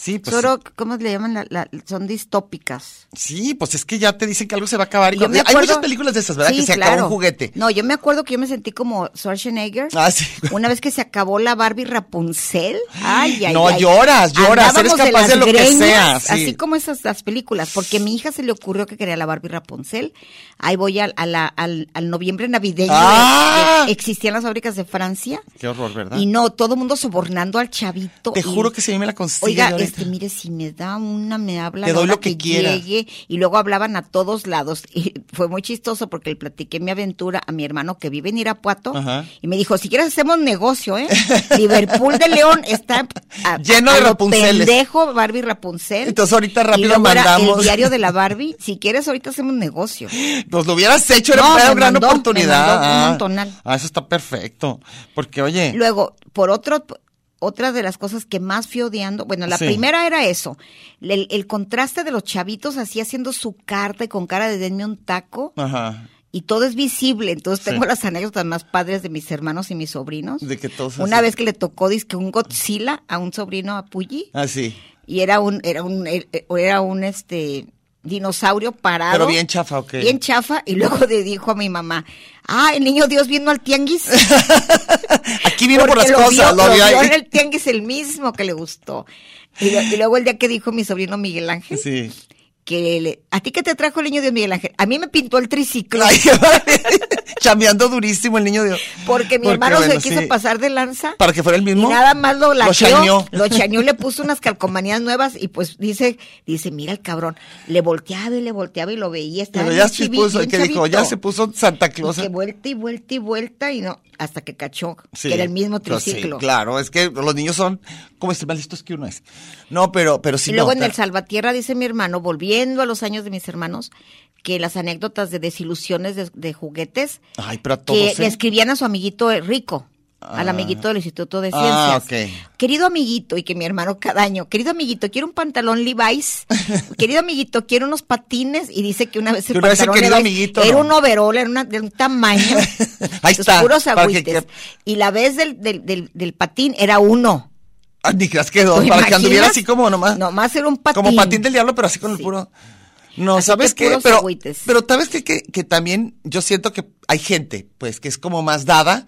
Speaker 3: Sí, pues.
Speaker 4: Solo, ¿cómo le llaman? La- la- son distópicas.
Speaker 3: Sí, pues es que ya te dicen que algo se va a acabar. y
Speaker 4: Yo
Speaker 3: con-
Speaker 4: me
Speaker 3: Hay
Speaker 4: acuerdo-
Speaker 3: muchas películas de esas, ¿verdad?
Speaker 4: Sí,
Speaker 3: que se acabó
Speaker 4: claro.
Speaker 3: un juguete.
Speaker 4: No, yo me acuerdo que yo me sentí como Schwarzenegger.
Speaker 3: Ah, sí.
Speaker 4: Una vez que se acabó la Barbie Rapunzel. Ay, ay,
Speaker 3: No,
Speaker 4: ay.
Speaker 3: lloras, lloras,
Speaker 4: Andábamos
Speaker 3: eres capaz de
Speaker 4: las
Speaker 3: lo que
Speaker 4: greñas,
Speaker 3: sea, sí.
Speaker 4: Así como esas las películas. Porque a mi hija se le ocurrió que quería la Barbie Rapunzel. Ahí voy al, a la- al, al noviembre navideño.
Speaker 3: ¡Ah!
Speaker 4: eh, existían las fábricas de Francia.
Speaker 3: Qué horror, ¿verdad?
Speaker 4: Y no, todo el mundo sobornando al chavito.
Speaker 3: Te
Speaker 4: y-
Speaker 3: juro que si a mí me la consigue.
Speaker 4: Oiga,
Speaker 3: yo ahorita-
Speaker 4: este, mire, si me da una, me habla.
Speaker 3: Te
Speaker 4: a la
Speaker 3: doy
Speaker 4: hora
Speaker 3: lo que quiera.
Speaker 4: Llegue, y luego hablaban a todos lados. Y fue muy chistoso porque le platiqué mi aventura a mi hermano que vive en Irapuato.
Speaker 3: Ajá.
Speaker 4: Y me dijo, si quieres hacemos negocio, ¿eh? Liverpool de León está a-
Speaker 3: Lleno de
Speaker 4: a lo
Speaker 3: Rapunceles.
Speaker 4: Pendejo, Barbie Rapunzel.
Speaker 3: Entonces, ahorita
Speaker 4: Y
Speaker 3: rápido
Speaker 4: luego era
Speaker 3: mandamos.
Speaker 4: El diario de la Barbie. Si quieres, ahorita hacemos negocio.
Speaker 3: Pues lo hubieras hecho, era
Speaker 4: No,
Speaker 3: era
Speaker 4: me
Speaker 3: una gran
Speaker 4: mandó- me
Speaker 3: oportunidad.
Speaker 4: mandó un
Speaker 3: Ah,
Speaker 4: montonal.
Speaker 3: Ah, eso está perfecto. Porque, oye,
Speaker 4: Luego, por otro, otra de las cosas que más fui odiando, bueno, la
Speaker 3: Sí.
Speaker 4: primera era eso, el, el contraste de los chavitos así haciendo su carta y con cara de denme un taco.
Speaker 3: ajá.
Speaker 4: Y todo es visible, entonces
Speaker 3: Ah. Sí.
Speaker 4: tengo las anécdotas más padres de mis hermanos y mis sobrinos.
Speaker 3: De que todos
Speaker 4: Una
Speaker 3: así.
Speaker 4: vez que le tocó dizque un
Speaker 3: Ah.
Speaker 4: Godzilla a un eh, sobrino a Pulli
Speaker 3: Así.
Speaker 4: y era un era un era un este dinosaurio parado.
Speaker 3: Pero bien chafa, ok.
Speaker 4: Bien chafa, y luego le dijo a mi mamá, ah, el niño Dios vino al tianguis.
Speaker 3: Aquí vino por las
Speaker 4: Porque lo vio-
Speaker 3: cosas,
Speaker 4: lo
Speaker 3: lo vi
Speaker 4: vio
Speaker 3: ahí.
Speaker 4: en el tianguis el mismo que le gustó. Y, lo- y luego el día que dijo mi sobrino Miguel Ángel,
Speaker 3: Sí.
Speaker 4: que le- ¿a ti qué te trajo el niño Dios Miguel Ángel? A mí me pintó el triciclo.
Speaker 3: Ay, Chambeando durísimo el niño de.
Speaker 4: Porque mi
Speaker 3: Porque,
Speaker 4: hermano
Speaker 3: bueno,
Speaker 4: se quiso
Speaker 3: sí.
Speaker 4: pasar de lanza.
Speaker 3: Para que fuera el
Speaker 4: Y
Speaker 3: mismo.
Speaker 4: nada más lo lacheó,
Speaker 3: chañó.
Speaker 4: lo chañó y le puso unas calcomanías nuevas y pues dice, dice, mira el cabrón, le volteaba y le volteaba y lo veía. estaba
Speaker 3: Pero
Speaker 4: bien
Speaker 3: ya se
Speaker 4: chivi-
Speaker 3: puso,
Speaker 4: bien
Speaker 3: que dijo, ya
Speaker 4: chavito.
Speaker 3: se puso Santa
Speaker 4: Y
Speaker 3: Claus.
Speaker 4: que vuelta y vuelta y vuelta y no, hasta que cachó,
Speaker 3: Sí.
Speaker 4: que era el mismo
Speaker 3: Pero sí,
Speaker 4: triciclo.
Speaker 3: claro, es que los niños son como este, más listos que uno es. No, pero, pero sí.
Speaker 4: y luego
Speaker 3: no,
Speaker 4: en
Speaker 3: claro.
Speaker 4: el Salvatierra dice mi hermano, volviendo a los años de mis hermanos, que las anécdotas de desilusiones de, de juguetes
Speaker 3: Ay, pero a
Speaker 4: que
Speaker 3: todos.
Speaker 4: le
Speaker 3: ¿eh?
Speaker 4: escribían a su amiguito eh, rico, al
Speaker 3: Ah.
Speaker 4: amiguito del Instituto de Ciencias.
Speaker 3: Ah,
Speaker 4: Querido amiguito, y que mi hermano cada año, querido amiguito, quiero un pantalón Levi's, querido amiguito, quiero unos patines, y dice que una vez el
Speaker 3: Pero ese
Speaker 4: pantalón
Speaker 3: querido
Speaker 4: Levi's
Speaker 3: amiguito,
Speaker 4: era
Speaker 3: no.
Speaker 4: un overol, era una- de un tamaño,
Speaker 3: Ahí
Speaker 4: sus
Speaker 3: está,
Speaker 4: puros
Speaker 3: para que-
Speaker 4: agüites, y la vez del, del, del, del patín era uno.
Speaker 3: Ah, ni creas que dos,
Speaker 4: ¿Te
Speaker 3: para que anduviera
Speaker 4: imaginas?
Speaker 3: así como nomás.
Speaker 4: Nomás era un patín.
Speaker 3: Como patín del diablo, pero así con el
Speaker 4: Sí.
Speaker 3: puro. No,
Speaker 4: Así
Speaker 3: ¿sabes
Speaker 4: que
Speaker 3: qué?
Speaker 4: puros
Speaker 3: Pero,
Speaker 4: agüites.
Speaker 3: pero ¿sabes qué? Que, que también yo siento que hay gente, pues, que es como más dada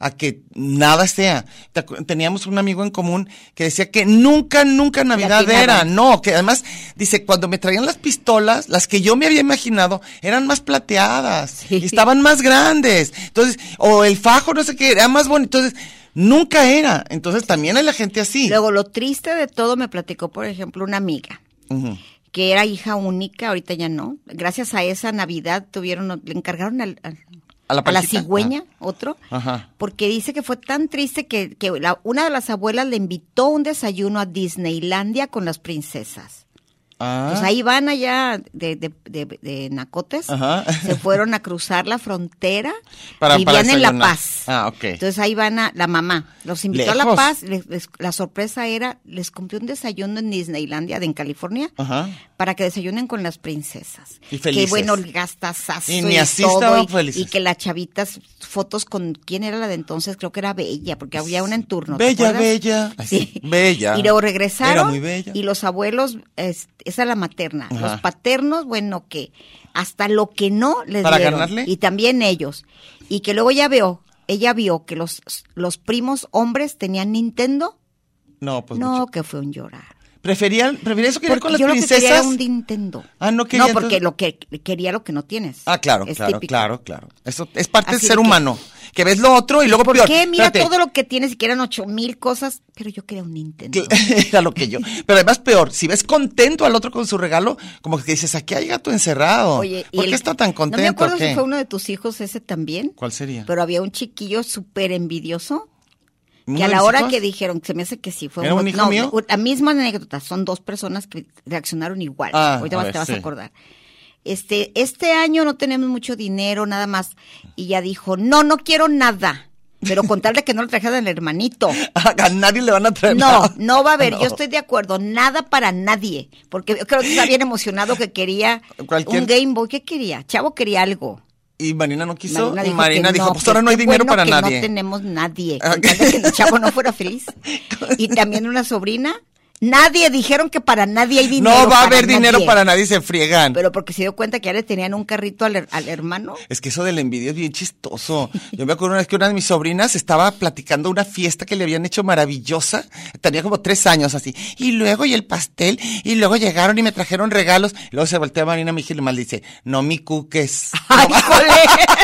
Speaker 3: a que nada sea. Te acu- Teníamos un amigo en común que decía que nunca, nunca Navidad
Speaker 4: atinaban.
Speaker 3: era. No, que además, dice, cuando me traían las pistolas, las que yo me había imaginado eran más plateadas.
Speaker 4: Sí.
Speaker 3: y Estaban más grandes. Entonces, o el fajo, no sé qué, era más bonito. Entonces, nunca era. Entonces, también hay la gente así.
Speaker 4: Luego, lo triste de todo me platicó, por ejemplo, una amiga
Speaker 3: Ujú.
Speaker 4: que era hija única, ahorita ya no. Gracias a esa Navidad tuvieron, le encargaron al- al-
Speaker 3: ¿A la
Speaker 4: a la
Speaker 3: parejita?
Speaker 4: cigüeña, otro,
Speaker 3: Ajá.
Speaker 4: porque dice que fue tan triste que, que la- una de las abuelas le invitó un desayuno a Disneylandia con las princesas.
Speaker 3: Ah.
Speaker 4: Entonces pues, ahí van allá de, de- de- de Nacotes,
Speaker 3: Ajá.
Speaker 4: se fueron a cruzar la frontera,
Speaker 3: Para-
Speaker 4: vivían
Speaker 3: para
Speaker 4: en La
Speaker 3: desayunar.
Speaker 4: Paz.
Speaker 3: Ah, ok.
Speaker 4: Entonces ahí van a la mamá, los invitó a La
Speaker 3: Lejos.
Speaker 4: Paz, les- les- la sorpresa era, les compré un desayuno en Disneylandia, de en California,
Speaker 3: Ajá.
Speaker 4: para que desayunen con las princesas.
Speaker 3: Y felices.
Speaker 4: Que bueno, el gastazazo
Speaker 3: Y
Speaker 4: y,
Speaker 3: ni así
Speaker 4: todo.
Speaker 3: estaban
Speaker 4: Y,
Speaker 3: felices.
Speaker 4: y que las chavitas, fotos con, ¿quién era la de entonces? Creo que era Bella, porque había una en turno. ¿te
Speaker 3: Bella,
Speaker 4: acuerdas?
Speaker 3: bella. Ay,
Speaker 4: Sí.
Speaker 3: sí, Bella.
Speaker 4: Y luego regresaron.
Speaker 3: Era muy bella.
Speaker 4: Y los abuelos, es- esa es la materna.
Speaker 3: Ajá.
Speaker 4: Los paternos, bueno, que hasta lo que no les
Speaker 3: ¿Para
Speaker 4: dieron.
Speaker 3: ganarle?
Speaker 4: Y también ellos. Y que luego ya veo, ella vio que los, los primos hombres tenían Nintendo.
Speaker 3: No, pues
Speaker 4: no,
Speaker 3: mucho.
Speaker 4: que fue un llorar.
Speaker 3: Preferían, prefería eso que ir
Speaker 4: Porque
Speaker 3: con las
Speaker 4: yo lo que quería
Speaker 3: princesas.
Speaker 4: era un Nintendo.
Speaker 3: Ah, no
Speaker 4: No,
Speaker 3: quería,
Speaker 4: porque
Speaker 3: entonces-
Speaker 4: lo que quería lo que no tienes.
Speaker 3: Ah, claro,
Speaker 4: Es
Speaker 3: claro,
Speaker 4: típico.
Speaker 3: claro, claro. Eso es parte
Speaker 4: Así
Speaker 3: del ser
Speaker 4: de que-
Speaker 3: humano. Que ves lo otro y luego
Speaker 4: ¿Por
Speaker 3: peor.
Speaker 4: qué? Mira
Speaker 3: Espérate.
Speaker 4: todo lo que tienes y que eran ocho mil cosas, pero yo quería un Nintendo.
Speaker 3: Que- Era lo que yo. Pero además peor, si ves contento al otro con su regalo, como que dices, aquí hay gato encerrado.
Speaker 4: y
Speaker 3: ¿Por
Speaker 4: el-
Speaker 3: qué está tan contento?
Speaker 4: No me acuerdo
Speaker 3: o qué?
Speaker 4: si fue uno de tus hijos ese también.
Speaker 3: ¿Cuál sería?
Speaker 4: Pero había un chiquillo súper envidioso
Speaker 3: ¿Uno
Speaker 4: que a
Speaker 3: de
Speaker 4: la
Speaker 3: mis
Speaker 4: hora
Speaker 3: hijos?
Speaker 4: que dijeron, se me hace que sí fue
Speaker 3: ¿Era un hijo
Speaker 4: no,
Speaker 3: mío?
Speaker 4: u- La misma anécdota, son dos personas que reaccionaron igual.
Speaker 3: Ah,
Speaker 4: Ahorita
Speaker 3: a
Speaker 4: vas-
Speaker 3: ver,
Speaker 4: te vas
Speaker 3: sí.
Speaker 4: a acordar. Este, este año no tenemos mucho dinero, nada más. Y ya dijo, no, no quiero nada. Pero contarle que no le trajeran al hermanito.
Speaker 3: A nadie le van a traer.
Speaker 4: No,
Speaker 3: nada.
Speaker 4: no va a haber,
Speaker 3: No.
Speaker 4: yo estoy de acuerdo, nada para nadie, porque yo creo que está bien emocionado que quería
Speaker 3: Cualquier-
Speaker 4: un Game Boy, ¿qué quería? Chavo quería algo.
Speaker 3: Y Marina no quiso.
Speaker 4: Marina
Speaker 3: y
Speaker 4: dijo
Speaker 3: Marina
Speaker 4: que
Speaker 3: dijo,
Speaker 4: no,
Speaker 3: pues
Speaker 4: que
Speaker 3: ahora no hay
Speaker 4: qué
Speaker 3: dinero
Speaker 4: bueno
Speaker 3: para
Speaker 4: que
Speaker 3: nadie.
Speaker 4: No tenemos nadie,
Speaker 3: Ah,
Speaker 4: con tal de que el chavo no fuera feliz. Y también una sobrina, nadie, dijeron que para nadie hay dinero.
Speaker 3: no va a
Speaker 4: para
Speaker 3: haber dinero
Speaker 4: nadie.
Speaker 3: para nadie, se friegan.
Speaker 4: Pero porque se dio cuenta que ya le tenían un carrito al, her- al hermano.
Speaker 3: Es que eso de la envidia es bien chistoso. Yo me acuerdo una vez que una de mis sobrinas estaba platicando una fiesta que le habían hecho maravillosa. Tenía como tres años así. Y luego, y el pastel, y luego llegaron y me trajeron regalos. Y luego se voltea Marina Mijil y mal dice, no mi cuques.
Speaker 4: ¡Ay, jole!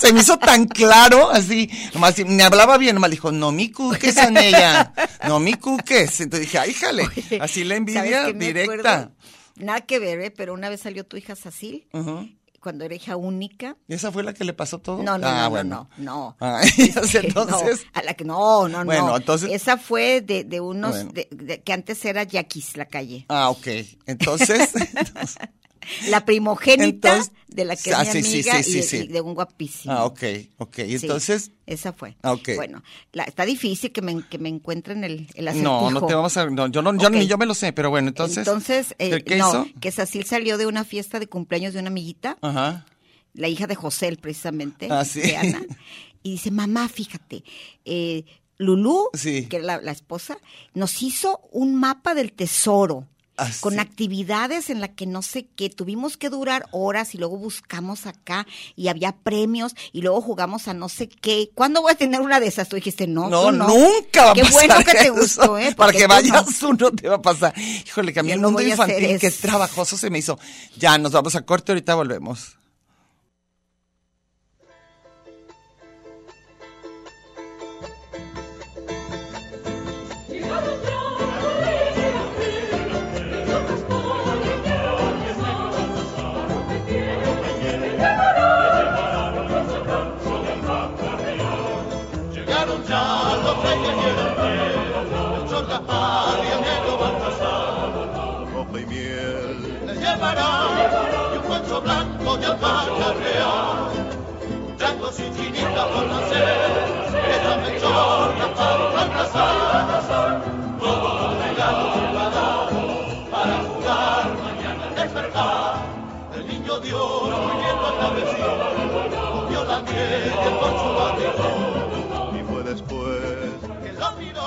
Speaker 3: se me hizo tan claro, así. Nomás así, me hablaba bien, nomás dijo, no mi cuques, Anella. No mi cuques. Entonces dije, ay, jale. Así
Speaker 4: ¿Sabes
Speaker 3: la envidia
Speaker 4: qué me
Speaker 3: directa.
Speaker 4: acuerdo? Nada que ver, ¿eh? pero una vez salió tu hija Cecil,
Speaker 3: Ujú.
Speaker 4: cuando era hija única.
Speaker 3: ¿Y ¿Esa fue la que le pasó todo?
Speaker 4: No, no,
Speaker 3: Ah,
Speaker 4: no,
Speaker 3: bueno.
Speaker 4: no, no,
Speaker 3: Ah,
Speaker 4: Este,
Speaker 3: entonces...
Speaker 4: no, a la que no, no, no.
Speaker 3: Bueno, entonces-
Speaker 4: Esa fue de, de unos
Speaker 3: Bueno.
Speaker 4: de- de- que antes era Yaquis, la calle.
Speaker 3: Ah, ok. Entonces,
Speaker 4: La primogénita
Speaker 3: Entonces-
Speaker 4: de la que
Speaker 3: Ah,
Speaker 4: es mi
Speaker 3: sí, sí,
Speaker 4: amiga
Speaker 3: sí, sí,
Speaker 4: y,
Speaker 3: sí.
Speaker 4: y de un guapísimo.
Speaker 3: ah, ok, ok.
Speaker 4: Sí,
Speaker 3: Entonces,
Speaker 4: esa fue.
Speaker 3: Ah, ok.
Speaker 4: Bueno, la- está difícil que me, que me encuentren el, el
Speaker 3: no, no
Speaker 4: acertijo.
Speaker 3: te vamos a. No, yo no, yo, ni
Speaker 4: Ok.
Speaker 3: yo me lo sé, pero bueno, entonces.
Speaker 4: eh,
Speaker 3: ¿qué- ¿qué
Speaker 4: no,
Speaker 3: hizo?
Speaker 4: que Sacil salió de una fiesta de cumpleaños de una amiguita,
Speaker 3: Ajá.
Speaker 4: la hija de José, precisamente,
Speaker 3: Ah, sí.
Speaker 4: de Ana, y dice, mamá, fíjate, eh, Lulú,
Speaker 3: Sí.
Speaker 4: que era la, la esposa, nos hizo un mapa del tesoro.
Speaker 3: Ah,
Speaker 4: con
Speaker 3: sí.
Speaker 4: actividades en la que no sé qué, tuvimos que durar horas y luego buscamos acá y había premios y luego jugamos a no sé qué. ¿Cuándo voy a tener una de esas? Tú dijiste, no,
Speaker 3: No,
Speaker 4: tú no.
Speaker 3: nunca va a
Speaker 4: Qué
Speaker 3: pasar.
Speaker 4: bueno que te
Speaker 3: eso.
Speaker 4: gustó, ¿eh?
Speaker 3: Para
Speaker 4: Porque
Speaker 3: que
Speaker 4: tú no.
Speaker 3: vayas uno te va a pasar. Híjole, que a mí
Speaker 4: Yo
Speaker 3: el
Speaker 4: no
Speaker 3: mundo
Speaker 4: voy a hacer
Speaker 3: infantil, qué
Speaker 4: eso.
Speaker 3: trabajoso se me hizo. Ya, nos vamos a corte, ahorita volvemos.
Speaker 5: Llegaron ya los reyes y el rey, el sol Gaspar y el negro Baltasar. Ropa y miel les llevarán, y un cuenzo blanco de alpaca real. Changos y chinitas por nacer, que la Melchor, Gaspar y Baltasar. Todos los regalos se va a dar, para jugar mañana al despertar. El niño Dios, muriendo en la vecina, comió la miel que por su barriga y fue después que lo miró.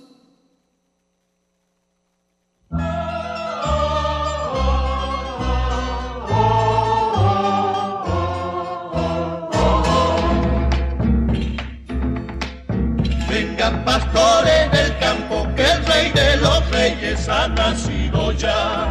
Speaker 5: Vengan pastores del campo, que el rey de los reyes ha nacido ya.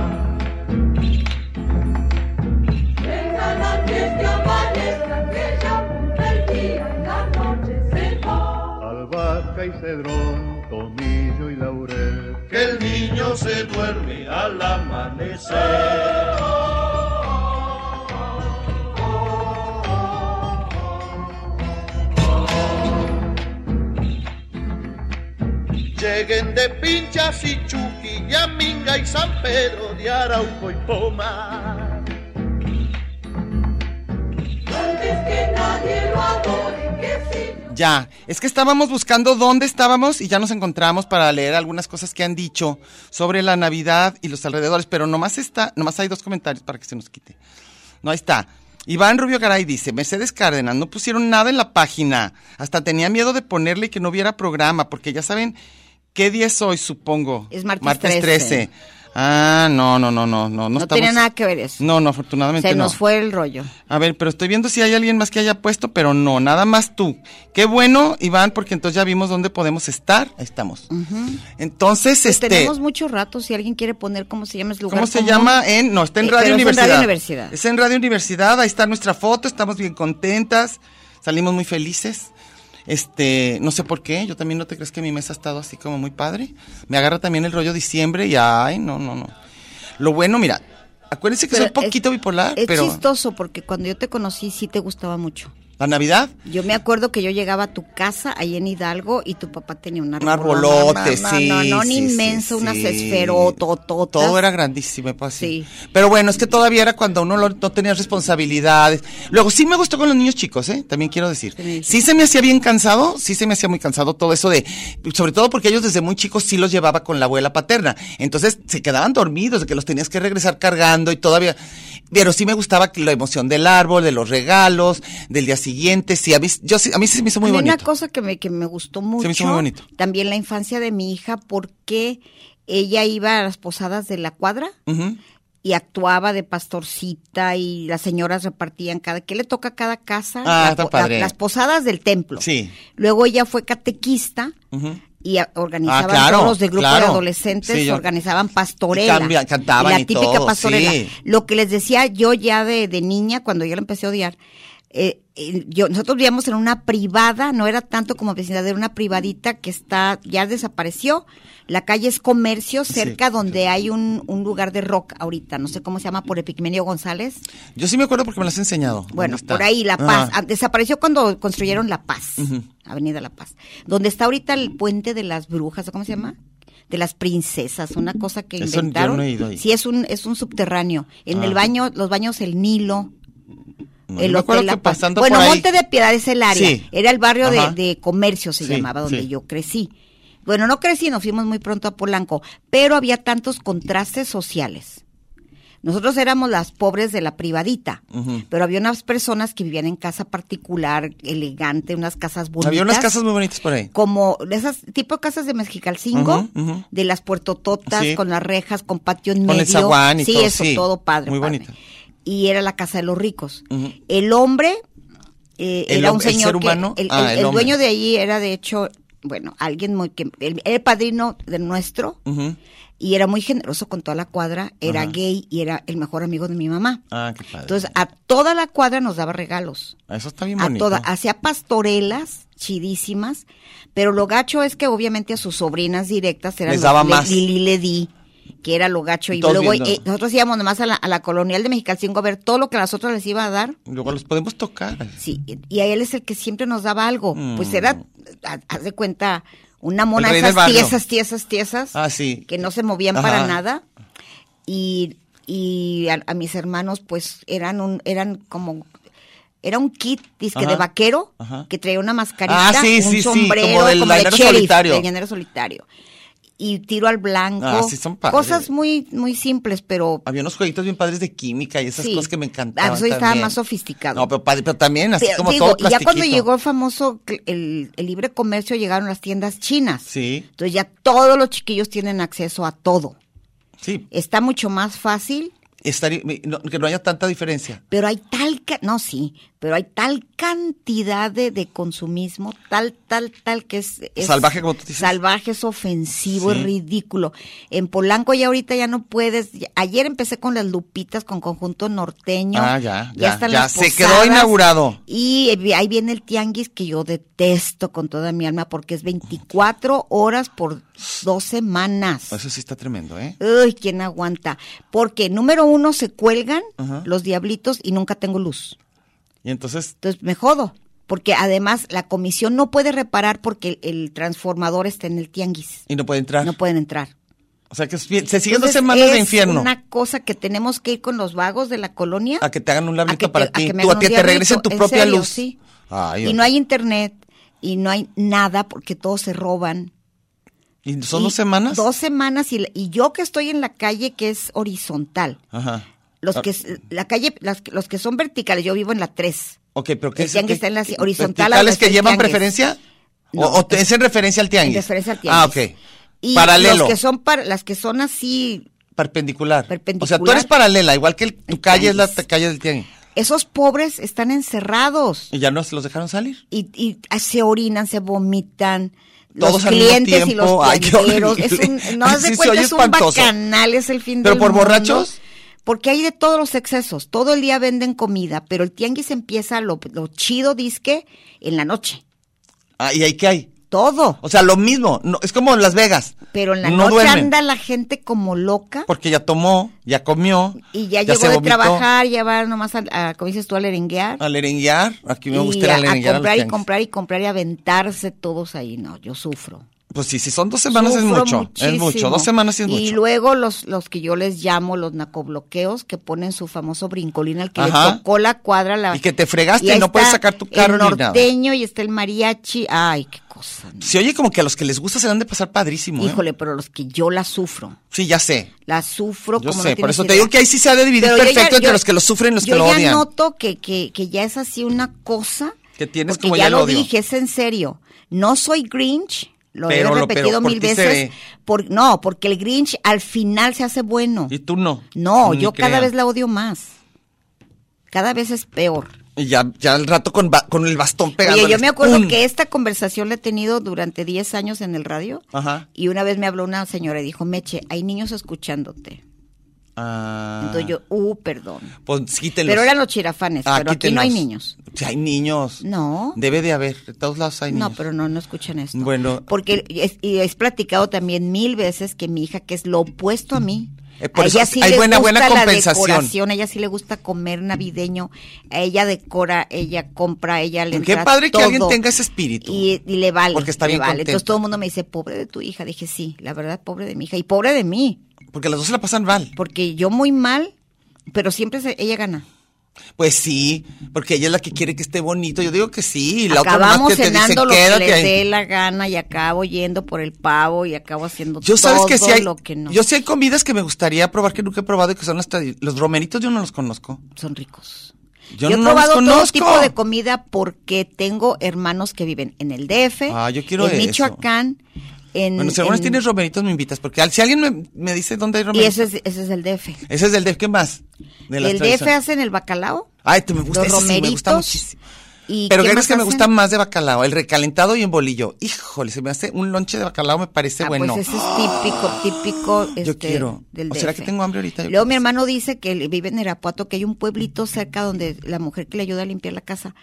Speaker 7: Venga la que amanezca, que ya el día y la noche se va.
Speaker 5: Albahaca y cedrón, tomillo y laurel, que el niño se duerme al amanecer. Lleguen de pinchas y chuqui, yaminga y San Pedro de Arauco y Poma.
Speaker 7: Antes que nadie lo adore, que si
Speaker 3: Ya, es que estábamos buscando dónde estábamos y ya nos encontramos para leer algunas cosas que han dicho sobre la Navidad y los alrededores, pero nomás está, nomás hay dos comentarios para que se nos quite. No, ahí está. Iván Rubio Garay dice, Mercedes Cárdenas, no pusieron nada en la página. Hasta tenía miedo de ponerle y que no hubiera programa, porque ya saben qué día es hoy, supongo.
Speaker 4: Es martes 13.
Speaker 3: Ah, no, no, no, no, no. No,
Speaker 4: No,
Speaker 3: estamos-
Speaker 4: tiene nada que ver eso.
Speaker 3: No, no, afortunadamente
Speaker 4: Se
Speaker 3: no.
Speaker 4: nos fue el rollo.
Speaker 3: A ver, pero estoy viendo si hay alguien más que haya puesto, pero no, nada más tú. Qué bueno, Iván, porque entonces ya vimos dónde podemos estar. Ahí estamos. Entonces,
Speaker 4: Pues
Speaker 3: este,
Speaker 4: tenemos mucho rato. Si alguien quiere poner cómo se llama ese lugar.
Speaker 3: ¿cómo se
Speaker 4: común.
Speaker 3: llama? En, no, está en
Speaker 4: Eh,
Speaker 3: Radio
Speaker 4: pero es en
Speaker 3: Universidad.
Speaker 4: Radio Universidad.
Speaker 3: Es en Radio Universidad, ahí está nuestra foto, estamos bien contentas, salimos muy felices. Este, no sé por qué, yo también no te crees que mi mesa ha estado así como muy padre. Me agarra también el rollo diciembre y ay, no, no, no. Lo bueno, mira, acuérdense que
Speaker 4: Pero
Speaker 3: soy poquito
Speaker 4: es-
Speaker 3: bipolar,
Speaker 4: Es
Speaker 3: pero
Speaker 4: chistoso porque cuando yo te conocí sí te gustaba mucho.
Speaker 3: la Navidad
Speaker 4: Yo me acuerdo que yo llegaba a tu casa ahí en Hidalgo y tu papá tenía un
Speaker 3: Un
Speaker 4: arbolón.
Speaker 3: arbolote,
Speaker 4: no, no,
Speaker 3: sí.
Speaker 4: No, no, un
Speaker 3: sí, sí,
Speaker 4: inmenso, unas
Speaker 3: sí.
Speaker 4: esferotototas.
Speaker 3: Todo era grandísimo, pues así.
Speaker 4: Sí.
Speaker 3: Pero bueno, es que todavía era cuando uno lo- no tenía responsabilidades. Luego, sí me gustó con los niños chicos, ¿eh? También quiero decir.
Speaker 4: Sí.
Speaker 3: Sí se me hacía bien cansado, sí se me hacía muy cansado todo eso de, sobre todo porque ellos desde muy chicos sí los llevaba con la abuela paterna. Entonces se quedaban dormidos, de que los tenías que regresar cargando y todavía. Pero sí me gustaba que la emoción del árbol, de los regalos, del día siguiente. Sí, a mí, yo, sí- a mí sí se me hizo muy
Speaker 4: A mí
Speaker 3: bonito.
Speaker 4: Una cosa que me, que me gustó mucho.
Speaker 3: Se me hizo muy bonito.
Speaker 4: También la infancia de mi hija porque ella iba a las posadas de la cuadra.
Speaker 3: Ujú.
Speaker 4: y actuaba de pastorcita y las señoras repartían cada que le toca a cada casa
Speaker 3: Ah,
Speaker 4: La
Speaker 3: está
Speaker 4: po-
Speaker 3: padre.
Speaker 4: las posadas del templo.
Speaker 3: Sí.
Speaker 4: Luego ella fue catequista
Speaker 3: Ujú.
Speaker 4: y a- organizaban
Speaker 3: Ah, claro,
Speaker 4: todos los del grupo
Speaker 3: claro.
Speaker 4: de adolescentes
Speaker 3: Sí, yo-
Speaker 4: organizaban pastorela.
Speaker 3: Y cambia- cantaban
Speaker 4: la
Speaker 3: y
Speaker 4: típica
Speaker 3: todo,
Speaker 4: pastorela.
Speaker 3: sí.
Speaker 4: Lo que les decía yo ya de, de niña cuando yo la empecé a odiar. eh, eh, yo, nosotros vivíamos en una privada, no era tanto como vecindad, era una privadita que está, ya desapareció. La calle es comercio, cerca donde hay un, un lugar de rock ahorita, no sé cómo se llama, por Epigmenio González.
Speaker 3: Yo sí me acuerdo porque me las has enseñado.
Speaker 4: Bueno,
Speaker 3: ¿Dónde está?
Speaker 4: por ahí La
Speaker 3: Ajá.
Speaker 4: Paz. Ah, Desapareció cuando construyeron La Paz, Avenida La Paz. Donde está ahorita el puente de las brujas, ¿o ¿cómo se llama? de las princesas, una cosa que
Speaker 3: Eso yo
Speaker 4: inventaron.
Speaker 3: no he ido ahí.
Speaker 4: Sí, es un, es un subterráneo. En
Speaker 3: Ah.
Speaker 4: el baño, los baños el Nilo.
Speaker 3: No,
Speaker 4: el
Speaker 3: yo me acuerdo
Speaker 4: hotel La
Speaker 3: que
Speaker 4: Paz.
Speaker 3: pasando
Speaker 4: bueno,
Speaker 3: por ahí-
Speaker 4: Monte de Piedad es el área.
Speaker 3: Sí.
Speaker 4: Era el barrio de,
Speaker 3: Ajá.
Speaker 4: de comercio, se
Speaker 3: Sí,
Speaker 4: llamaba, donde
Speaker 3: sí.
Speaker 4: yo crecí. Bueno, no crecí, nos fuimos muy pronto a Polanco, pero había tantos contrastes sociales. Nosotros éramos las pobres de la privadita,
Speaker 3: Ujú.
Speaker 4: pero había unas personas que vivían en casa particular, elegante, unas casas bonitas.
Speaker 3: Había unas casas muy bonitas Pues por ahí.
Speaker 4: Como de esas tipo de casas de Mezquicalcingo,
Speaker 3: Ujú, ujú.
Speaker 4: de las puertototas,
Speaker 3: Sí.
Speaker 4: con las rejas, con patio en
Speaker 3: Con el
Speaker 4: medio.
Speaker 3: zaguán y
Speaker 4: sí,
Speaker 3: todo,
Speaker 4: eso,
Speaker 3: sí.
Speaker 4: todo padre.
Speaker 3: Muy
Speaker 4: padre.
Speaker 3: bonita.
Speaker 4: Y era la casa de los ricos.
Speaker 3: Ujú.
Speaker 4: El hombre eh,
Speaker 3: El
Speaker 4: era un
Speaker 3: hom- el
Speaker 4: señor
Speaker 3: ser
Speaker 4: que-
Speaker 3: humano,
Speaker 4: el,
Speaker 3: ah,
Speaker 4: el-
Speaker 3: el
Speaker 4: el
Speaker 3: hombre.
Speaker 4: dueño de allí era de hecho, bueno, alguien muy que el, el padrino de nuestro
Speaker 3: Ujú.
Speaker 4: y era muy generoso con toda la cuadra, era
Speaker 3: Ajá.
Speaker 4: gay y era el mejor amigo de mi mamá.
Speaker 3: Ah, qué padre. Ah,
Speaker 4: Entonces, a toda la cuadra nos daba regalos.
Speaker 3: Eso está bien
Speaker 4: A
Speaker 3: bonito.
Speaker 4: toda, hacía pastorelas chidísimas, pero lo gacho es que obviamente a sus sobrinas directas eran
Speaker 3: Les
Speaker 4: los-
Speaker 3: daba
Speaker 4: le-
Speaker 3: más.
Speaker 4: Lili le di que era lo gacho y
Speaker 3: Todos
Speaker 4: luego
Speaker 3: viendo.
Speaker 4: eh, nosotros íbamos nomás a la, a la colonial de Mexicalcingo a ver todo lo que a las otras les iba a dar
Speaker 3: Luego los podemos tocar.
Speaker 4: Sí, y a él es el que siempre nos daba algo.
Speaker 3: Mm.
Speaker 4: Pues era, ha- haz de cuenta, una mona,
Speaker 3: El rey del
Speaker 4: esas
Speaker 3: barrio.
Speaker 4: tiesas, tiesas, tiesas,
Speaker 3: Ah, sí.
Speaker 4: que no se movían para
Speaker 3: Ajá.
Speaker 4: nada. Y, y a, a mis hermanos, pues eran un, eran como, era un kit disque
Speaker 3: Ajá.
Speaker 4: de vaquero
Speaker 3: Ajá.
Speaker 4: que traía una mascarita,
Speaker 3: Ah, sí,
Speaker 4: un
Speaker 3: sí, sí,
Speaker 4: sombrero,
Speaker 3: como del llanero
Speaker 4: sheriff,
Speaker 3: solitario.
Speaker 4: del llanero solitario. Y tiro al blanco.
Speaker 3: Ah, sí, son padres. Ah,
Speaker 4: Cosas muy, muy simples, pero
Speaker 3: Había unos jueguitos bien padres de química y esas
Speaker 4: Sí.
Speaker 3: cosas que me encantaban.
Speaker 4: Ah, pues hoy estaba
Speaker 3: también.
Speaker 4: más sofisticado.
Speaker 3: No, pero, padre, pero también, así
Speaker 4: Pero,
Speaker 3: como
Speaker 4: digo,
Speaker 3: todo
Speaker 4: y ya cuando
Speaker 3: plastiquito.
Speaker 4: llegó el famoso cl- el, el libre comercio llegaron las tiendas chinas.
Speaker 3: Sí,
Speaker 4: Entonces ya todos los chiquillos tienen acceso a todo.
Speaker 3: sí.
Speaker 4: Está mucho más fácil,
Speaker 3: Estaría- no, que no haya tanta diferencia.
Speaker 4: pero hay tal ca- no sí, pero hay tal cantidad de, de consumismo, tal tal tal que es, es-
Speaker 3: Salvaje, como tú dices.
Speaker 4: Salvaje es ofensivo,
Speaker 3: Sí.
Speaker 4: es ridículo. En Polanco ya ahorita ya no puedes. ya- ayer empecé con las lupitas con conjunto norteño.
Speaker 3: Ah, ya, ya,
Speaker 4: están
Speaker 3: ya.
Speaker 4: las
Speaker 3: Se quedó
Speaker 4: posadas.
Speaker 3: inaugurado.
Speaker 4: Y eh, ahí viene el tianguis que yo detesto con toda mi alma porque es 24 horas por dos semanas.
Speaker 3: Eso sí está tremendo, ¿eh?
Speaker 4: Uy, ¿quién aguanta? Porque número uno se cuelgan
Speaker 3: Ajá.
Speaker 4: los diablitos y nunca tengo luz.
Speaker 3: Y entonces,
Speaker 4: Entonces me jodo. Porque además la comisión no puede reparar porque el, el transformador está en el tianguis.
Speaker 3: y no puede entrar.
Speaker 4: No pueden entrar.
Speaker 3: O sea, que es bien- se siguen dos
Speaker 4: Entonces,
Speaker 3: Ah. semanas de
Speaker 4: es
Speaker 3: infierno.
Speaker 4: una cosa que tenemos que ir con los vagos de la colonia.
Speaker 3: A que te hagan un
Speaker 4: a que
Speaker 3: labrito
Speaker 4: te-
Speaker 3: para
Speaker 4: a
Speaker 3: ti.
Speaker 4: que me
Speaker 3: Tú a
Speaker 4: hagan
Speaker 3: ti
Speaker 4: un
Speaker 3: te regresen
Speaker 4: diablito,
Speaker 3: tu
Speaker 4: en
Speaker 3: propia
Speaker 4: serio,
Speaker 3: luz.
Speaker 4: sí.
Speaker 3: Ay,
Speaker 4: y no hay internet y no hay nada porque todos se roban.
Speaker 3: ¿Y son
Speaker 4: Y
Speaker 3: dos semanas?
Speaker 4: Dos semanas y, y yo que estoy en la calle que es horizontal.
Speaker 3: Ajá.
Speaker 4: Los
Speaker 3: Ah,
Speaker 4: que s- la calle las que- los que son verticales, yo vivo en la 3.
Speaker 3: Ok, pero ¿qué
Speaker 4: el
Speaker 3: es?
Speaker 4: tianguis
Speaker 3: que-
Speaker 4: está en la- horizontal a
Speaker 3: ¿Verticales
Speaker 4: donde
Speaker 3: que
Speaker 4: está el
Speaker 3: llevan
Speaker 4: tianguis.
Speaker 3: preferencia?
Speaker 4: No,
Speaker 3: ¿O, o te- es en referencia al tianguis?
Speaker 4: En referencia al tianguis.
Speaker 3: Ah, ok.
Speaker 4: Y
Speaker 3: Paralelo.
Speaker 4: los que son par- las que son así
Speaker 3: Perpendicular.
Speaker 4: Perpendicular.
Speaker 3: O sea, tú eres paralela, igual que el- tu
Speaker 4: El
Speaker 3: calle es la
Speaker 4: tianguis.
Speaker 3: ta- calle del tianguis.
Speaker 4: esos pobres están encerrados
Speaker 3: Y ya no se los dejaron salir.
Speaker 4: y, y se orinan, se vomitan. Los
Speaker 3: Todos al mismo
Speaker 4: clientes y los
Speaker 3: tiempo. Ay, qué
Speaker 4: tiangueros. Es
Speaker 3: horrible.
Speaker 4: un, no haz de
Speaker 3: Sí, se
Speaker 4: cuenta,
Speaker 3: oye
Speaker 4: es un
Speaker 3: espantoso.
Speaker 4: bacanal, es el fin
Speaker 3: ¿Pero
Speaker 4: del
Speaker 3: por
Speaker 4: mundo.
Speaker 3: borrachos?
Speaker 4: Porque hay de todos los excesos. Todo el día venden comida, pero el tianguis empieza lo, lo chido, disque, en la noche.
Speaker 3: Ah, ¿y ahí qué hay?
Speaker 4: Todo.
Speaker 3: O sea, lo mismo. No, es como en Las Vegas.
Speaker 4: Pero en la
Speaker 3: no
Speaker 4: noche
Speaker 3: duermen,
Speaker 4: anda la gente como loca
Speaker 3: Porque ya tomó, ya comió.
Speaker 4: y ya,
Speaker 3: se
Speaker 4: llegó de
Speaker 3: vomitó.
Speaker 4: trabajar, ya va nomás a, a- como dices tú, a lerenguear.
Speaker 3: Al erenguear. Aquí me
Speaker 4: y
Speaker 3: gusta
Speaker 4: a,
Speaker 3: ir
Speaker 4: a
Speaker 3: al erenguear a los
Speaker 4: comprar y
Speaker 3: tianguis.
Speaker 4: comprar y comprar y aventarse todos ahí. No, yo sufro.
Speaker 3: Pues sí, si son dos semanas es
Speaker 4: Sufro
Speaker 3: mucho. Es
Speaker 4: muchísimo.
Speaker 3: mucho. Dos semanas sí es mucho.
Speaker 4: Y luego los, los que yo les llamo los nacobloqueos, que ponen su famoso brincolín al que
Speaker 3: Ajá.
Speaker 4: le tocó la cuadra. La,
Speaker 3: Y que te fregaste y
Speaker 4: ahí
Speaker 3: no puedes
Speaker 4: está
Speaker 3: sacar tu carro
Speaker 4: el
Speaker 3: ni nada.
Speaker 4: norteño y está el mariachi. Ay, qué cosa. ¿no?
Speaker 3: Se oye como que a los que les gusta se dan de pasar padrísimo. ¿eh?
Speaker 4: Híjole, pero los que yo la sufro.
Speaker 3: Sí, ya sé.
Speaker 4: La sufro
Speaker 3: Yo
Speaker 4: como no
Speaker 3: sé, por
Speaker 4: tienes
Speaker 3: eso te
Speaker 4: idea.
Speaker 3: digo que ahí sí se ha de dividir
Speaker 4: Pero yo ya-
Speaker 3: perfecto entre
Speaker 4: yo-
Speaker 3: los que lo sufren y los que
Speaker 4: yo
Speaker 3: lo
Speaker 4: ya
Speaker 3: odian.
Speaker 4: noto que, que, que ya es así una cosa.
Speaker 3: Que tienes
Speaker 4: porque
Speaker 3: como ya
Speaker 4: ya
Speaker 3: el
Speaker 4: lo
Speaker 3: odio.
Speaker 4: dije, es en serio. No soy Grinch, lo
Speaker 3: Pero
Speaker 4: he
Speaker 3: lo-
Speaker 4: repetido
Speaker 3: pero por
Speaker 4: mil
Speaker 3: ti se
Speaker 4: veces.
Speaker 3: ve.
Speaker 4: Por, no, porque el Grinch al final se hace bueno.
Speaker 3: Y mm, tú no.
Speaker 4: No,
Speaker 3: Ni
Speaker 4: yo cada
Speaker 3: crean.
Speaker 4: vez la odio más. Cada vez es peor.
Speaker 3: Y ya, ya al rato con, ba- con el bastón pegado.
Speaker 4: Oye, yo me acuerdo que esta conversación la he tenido durante 10 años en el radio.
Speaker 3: Ajá.
Speaker 4: Y una vez me habló una señora y dijo, Meche, hay niños escuchándote.
Speaker 3: Ah,
Speaker 4: Entonces yo, uh, perdón.
Speaker 3: Pues quítenlos.
Speaker 4: Pero eran los chirafanes,
Speaker 3: Ah,
Speaker 4: pero aquí no hay
Speaker 3: quítenlos.
Speaker 4: niños.
Speaker 3: Sí, hay niños.
Speaker 4: No.
Speaker 3: Debe de haber. De todos lados hay niños.
Speaker 4: No, pero no, no escuchan esto.
Speaker 3: Bueno.
Speaker 4: Porque es, y es platicado también mil veces que mi hija, que es lo opuesto a mí,
Speaker 3: Eh, por
Speaker 4: a ella
Speaker 3: eso
Speaker 4: sí
Speaker 3: hay
Speaker 4: le
Speaker 3: buena-
Speaker 4: gusta
Speaker 3: buena
Speaker 4: la
Speaker 3: compensación.
Speaker 4: decoración, a ella sí le gusta comer navideño, a ella decora, ella compra, ella le
Speaker 3: Qué
Speaker 4: entra
Speaker 3: padre que alguien
Speaker 4: todo.
Speaker 3: tenga ese espíritu.
Speaker 4: Y, y le vale.
Speaker 3: Porque está
Speaker 4: le
Speaker 3: bien
Speaker 4: vale.
Speaker 3: contenta.
Speaker 4: Entonces todo el mundo me dice, pobre de tu hija. Dije, sí, la verdad, pobre de mi hija. Y pobre de mí,
Speaker 3: Porque las dos se la pasan mal.
Speaker 4: porque yo muy mal, pero siempre se- ella gana.
Speaker 3: Pues sí, porque ella es la que quiere que esté bonito. Yo digo que sí. y La otra
Speaker 4: Acabamos
Speaker 3: nomás que te dice,
Speaker 4: cenando lo que
Speaker 3: quédate
Speaker 4: les
Speaker 3: ahí".
Speaker 4: dé la gana y acabo yendo por el pavo y acabo haciendo
Speaker 3: Yo sabes
Speaker 4: todo
Speaker 3: que sí hay,
Speaker 4: lo que no.
Speaker 3: yo sí hay comidas que me gustaría probar que nunca he probado y que son las tradi- los romeritos yo no los conozco.
Speaker 4: Son ricos.
Speaker 3: Yo
Speaker 4: he
Speaker 3: no los
Speaker 4: probado todo
Speaker 3: conozco.
Speaker 4: tipo de comida porque tengo hermanos que viven en el DF,
Speaker 3: Ah, yo quiero
Speaker 4: en
Speaker 3: eso.
Speaker 4: Michoacán, en...
Speaker 3: bueno, si alguna vez
Speaker 4: en-
Speaker 3: tienes romeritos me invitas porque al- si alguien me, me dice dónde hay
Speaker 4: Y
Speaker 3: romeritos.
Speaker 4: ese es, ese es el DF.
Speaker 3: Ese es del DF, ¿qué más? De las
Speaker 4: el DF
Speaker 3: tradiciones.
Speaker 4: hacen el bacalao.
Speaker 3: Ay, te me gusta
Speaker 4: los
Speaker 3: ese sí, me gusta
Speaker 4: romeritos.
Speaker 3: muchísimo.
Speaker 4: ¿Y
Speaker 3: Pero
Speaker 4: qué más
Speaker 3: ¿qué crees que me
Speaker 4: hacen?
Speaker 3: gusta más de bacalao? El recalentado y en bolillo. Híjole, se me hace un lonche de bacalao, me parece
Speaker 4: Ah,
Speaker 3: bueno.
Speaker 4: Pues ese es típico, típico. Este,
Speaker 3: quiero.
Speaker 4: Del
Speaker 3: ¿O será
Speaker 4: DF.
Speaker 3: que tengo hambre ahorita? Yo
Speaker 4: Luego
Speaker 3: creo
Speaker 4: mi
Speaker 3: que sí.
Speaker 4: hermano dice que él vive en Irapuato, que hay un pueblito cerca donde la mujer que le ayuda a limpiar la casa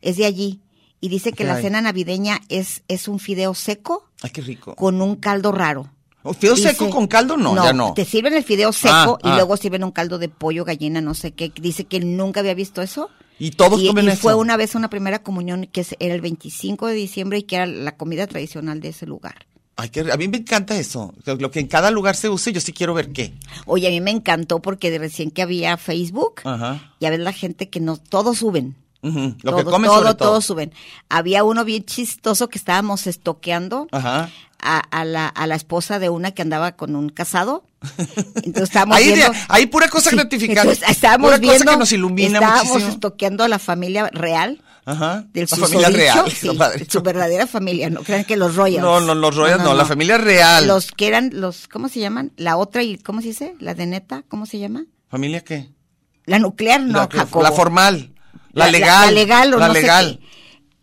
Speaker 4: es de allí. Y dice que
Speaker 3: ¿Qué
Speaker 4: la
Speaker 3: hay?
Speaker 4: cena navideña es, es un fideo seco
Speaker 3: Ay, qué rico.
Speaker 4: con un caldo raro.
Speaker 3: ¿O ¿Fideo
Speaker 4: Dice-
Speaker 3: seco con caldo? No, ya no.
Speaker 4: Te sirven el fideo seco
Speaker 3: Ah,
Speaker 4: y
Speaker 3: ah.
Speaker 4: luego sirven un caldo de pollo, gallina, no sé qué. Dice que él nunca había visto eso.
Speaker 3: Y todos
Speaker 4: y,
Speaker 3: comen
Speaker 4: y
Speaker 3: eso.
Speaker 4: fue una vez una primera comunión que es- era el 25 de diciembre y que era la comida tradicional de ese lugar.
Speaker 3: Ay, qué- a mí me encanta eso. Lo lo que en cada lugar se use, yo sí quiero ver qué.
Speaker 4: Oye, a mí me encantó porque de recién que había Facebook,
Speaker 3: Ajá.
Speaker 4: ya ves la gente que no, todos suben.
Speaker 3: Ujú, Lo que
Speaker 4: Todo,
Speaker 3: comen
Speaker 4: todo,
Speaker 3: sobre todo.
Speaker 4: todos suben. Había uno bien chistoso que estábamos estoqueando
Speaker 3: Ajá.
Speaker 4: a, a la, a la esposa de una que andaba con un casado. Entonces estábamos
Speaker 3: Ahí de-
Speaker 4: viendo.
Speaker 3: ahí pura cosa gratificante,
Speaker 4: Entonces, estábamos
Speaker 3: pura cosa
Speaker 4: viendo.
Speaker 3: que nos ilumina
Speaker 4: estábamos
Speaker 3: muchísimo.
Speaker 4: estoqueando a la familia real.
Speaker 3: Ajá.
Speaker 4: Del
Speaker 3: la familia
Speaker 4: susodicho,
Speaker 3: real.
Speaker 4: sí,
Speaker 3: lo padre.
Speaker 4: su verdadera familia, no crean que los Royals.
Speaker 3: No, no, los Royals no, la familia real.
Speaker 4: Los que eran los, ¿cómo se llaman? La otra y, ¿cómo se dice? La de neta, ¿cómo se llama?
Speaker 3: ¿Familia qué?
Speaker 4: La nuclear, no,
Speaker 3: la,
Speaker 4: Jacobo.
Speaker 3: la formal. La,
Speaker 4: La- la-
Speaker 3: legal.
Speaker 4: La, legal o
Speaker 3: La
Speaker 4: no sé
Speaker 3: legal.
Speaker 4: qué.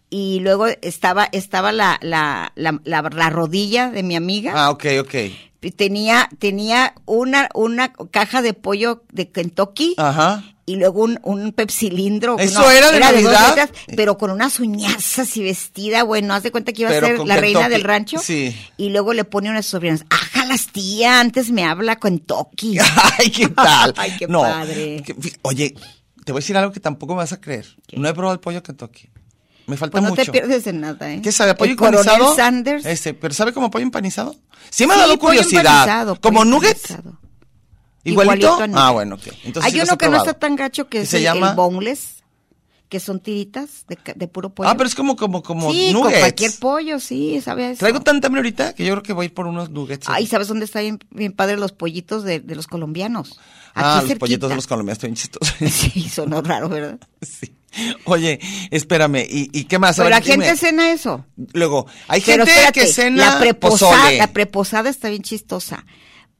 Speaker 4: Y luego estaba, estaba la, la, la, la, la rodilla de mi amiga.
Speaker 3: Ah, ok, ok.
Speaker 4: Y Tenía, tenía una, una caja de pollo de Kentucky.
Speaker 3: Ajá.
Speaker 4: Y luego un, un pepsilindro.
Speaker 3: Ah. ¿Eso era de
Speaker 4: dos
Speaker 3: Navidad?
Speaker 4: letras, pero con unas uñazas y vestida, bueno, haz de cuenta que iba
Speaker 3: Pero
Speaker 4: a ser
Speaker 3: con
Speaker 4: la reina
Speaker 3: Kentucky,
Speaker 4: del rancho.
Speaker 3: sí.
Speaker 4: Y luego le pone unas sobrinas. Ajá, las tía, antes me habla Kentucky.
Speaker 3: Ay, ¿qué tal?
Speaker 4: Ay, qué
Speaker 3: No,
Speaker 4: padre.
Speaker 3: que- fi- Oye, te voy a decir algo que tampoco me vas a creer. No he probado el pollo Kentucky. Me falta
Speaker 4: Pues no
Speaker 3: mucho.
Speaker 4: te pierdes de nada, ¿eh?
Speaker 3: ¿Qué sabe? ¿A ¿Pollo Este,
Speaker 4: El coronel
Speaker 3: empanizado?
Speaker 4: Sanders.
Speaker 3: Ese, ¿Pero sabe como pollo empanizado? Sí me ha
Speaker 4: Sí,
Speaker 3: dado
Speaker 4: pollo
Speaker 3: curiosidad.
Speaker 4: empanizado,
Speaker 3: ¿Como
Speaker 4: pollo
Speaker 3: nugget?
Speaker 4: empanizado.
Speaker 3: ¿Igualito?
Speaker 4: Igualito a nugget.
Speaker 3: ah, bueno, ok. Entonces
Speaker 4: Hay
Speaker 3: sí los
Speaker 4: uno
Speaker 3: he
Speaker 4: que no
Speaker 3: probado.
Speaker 4: está tan gacho que
Speaker 3: Y
Speaker 4: es
Speaker 3: se
Speaker 4: el,
Speaker 3: llama...
Speaker 4: el boneless, que son tiritas de, ca- de puro pollo.
Speaker 3: Ah, pero es como, como, como
Speaker 4: sí, con
Speaker 3: nuggets.
Speaker 4: cualquier pollo, sí, ¿sabes?
Speaker 3: Traigo tanta hambre ahorita que yo creo que voy a ir por unos nuggets.
Speaker 4: Ay, Ah, ¿sabes dónde están bien, bien padres los pollitos de, de los colombianos?
Speaker 3: ah,
Speaker 4: Aquí
Speaker 3: los pollitos de los
Speaker 4: cerquita.
Speaker 3: colombianos, estoy bien chistoso.
Speaker 4: Sí, sonó raro, ¿verdad?
Speaker 3: sí. Oye, espérame, ¿y, y qué más? A
Speaker 4: Pero
Speaker 3: ver,
Speaker 4: la gente
Speaker 3: dime.
Speaker 4: cena eso.
Speaker 3: Luego, hay
Speaker 4: Pero
Speaker 3: gente
Speaker 4: espérate,
Speaker 3: que cena
Speaker 4: la preposada,
Speaker 3: pozole.
Speaker 4: la preposada está bien chistosa.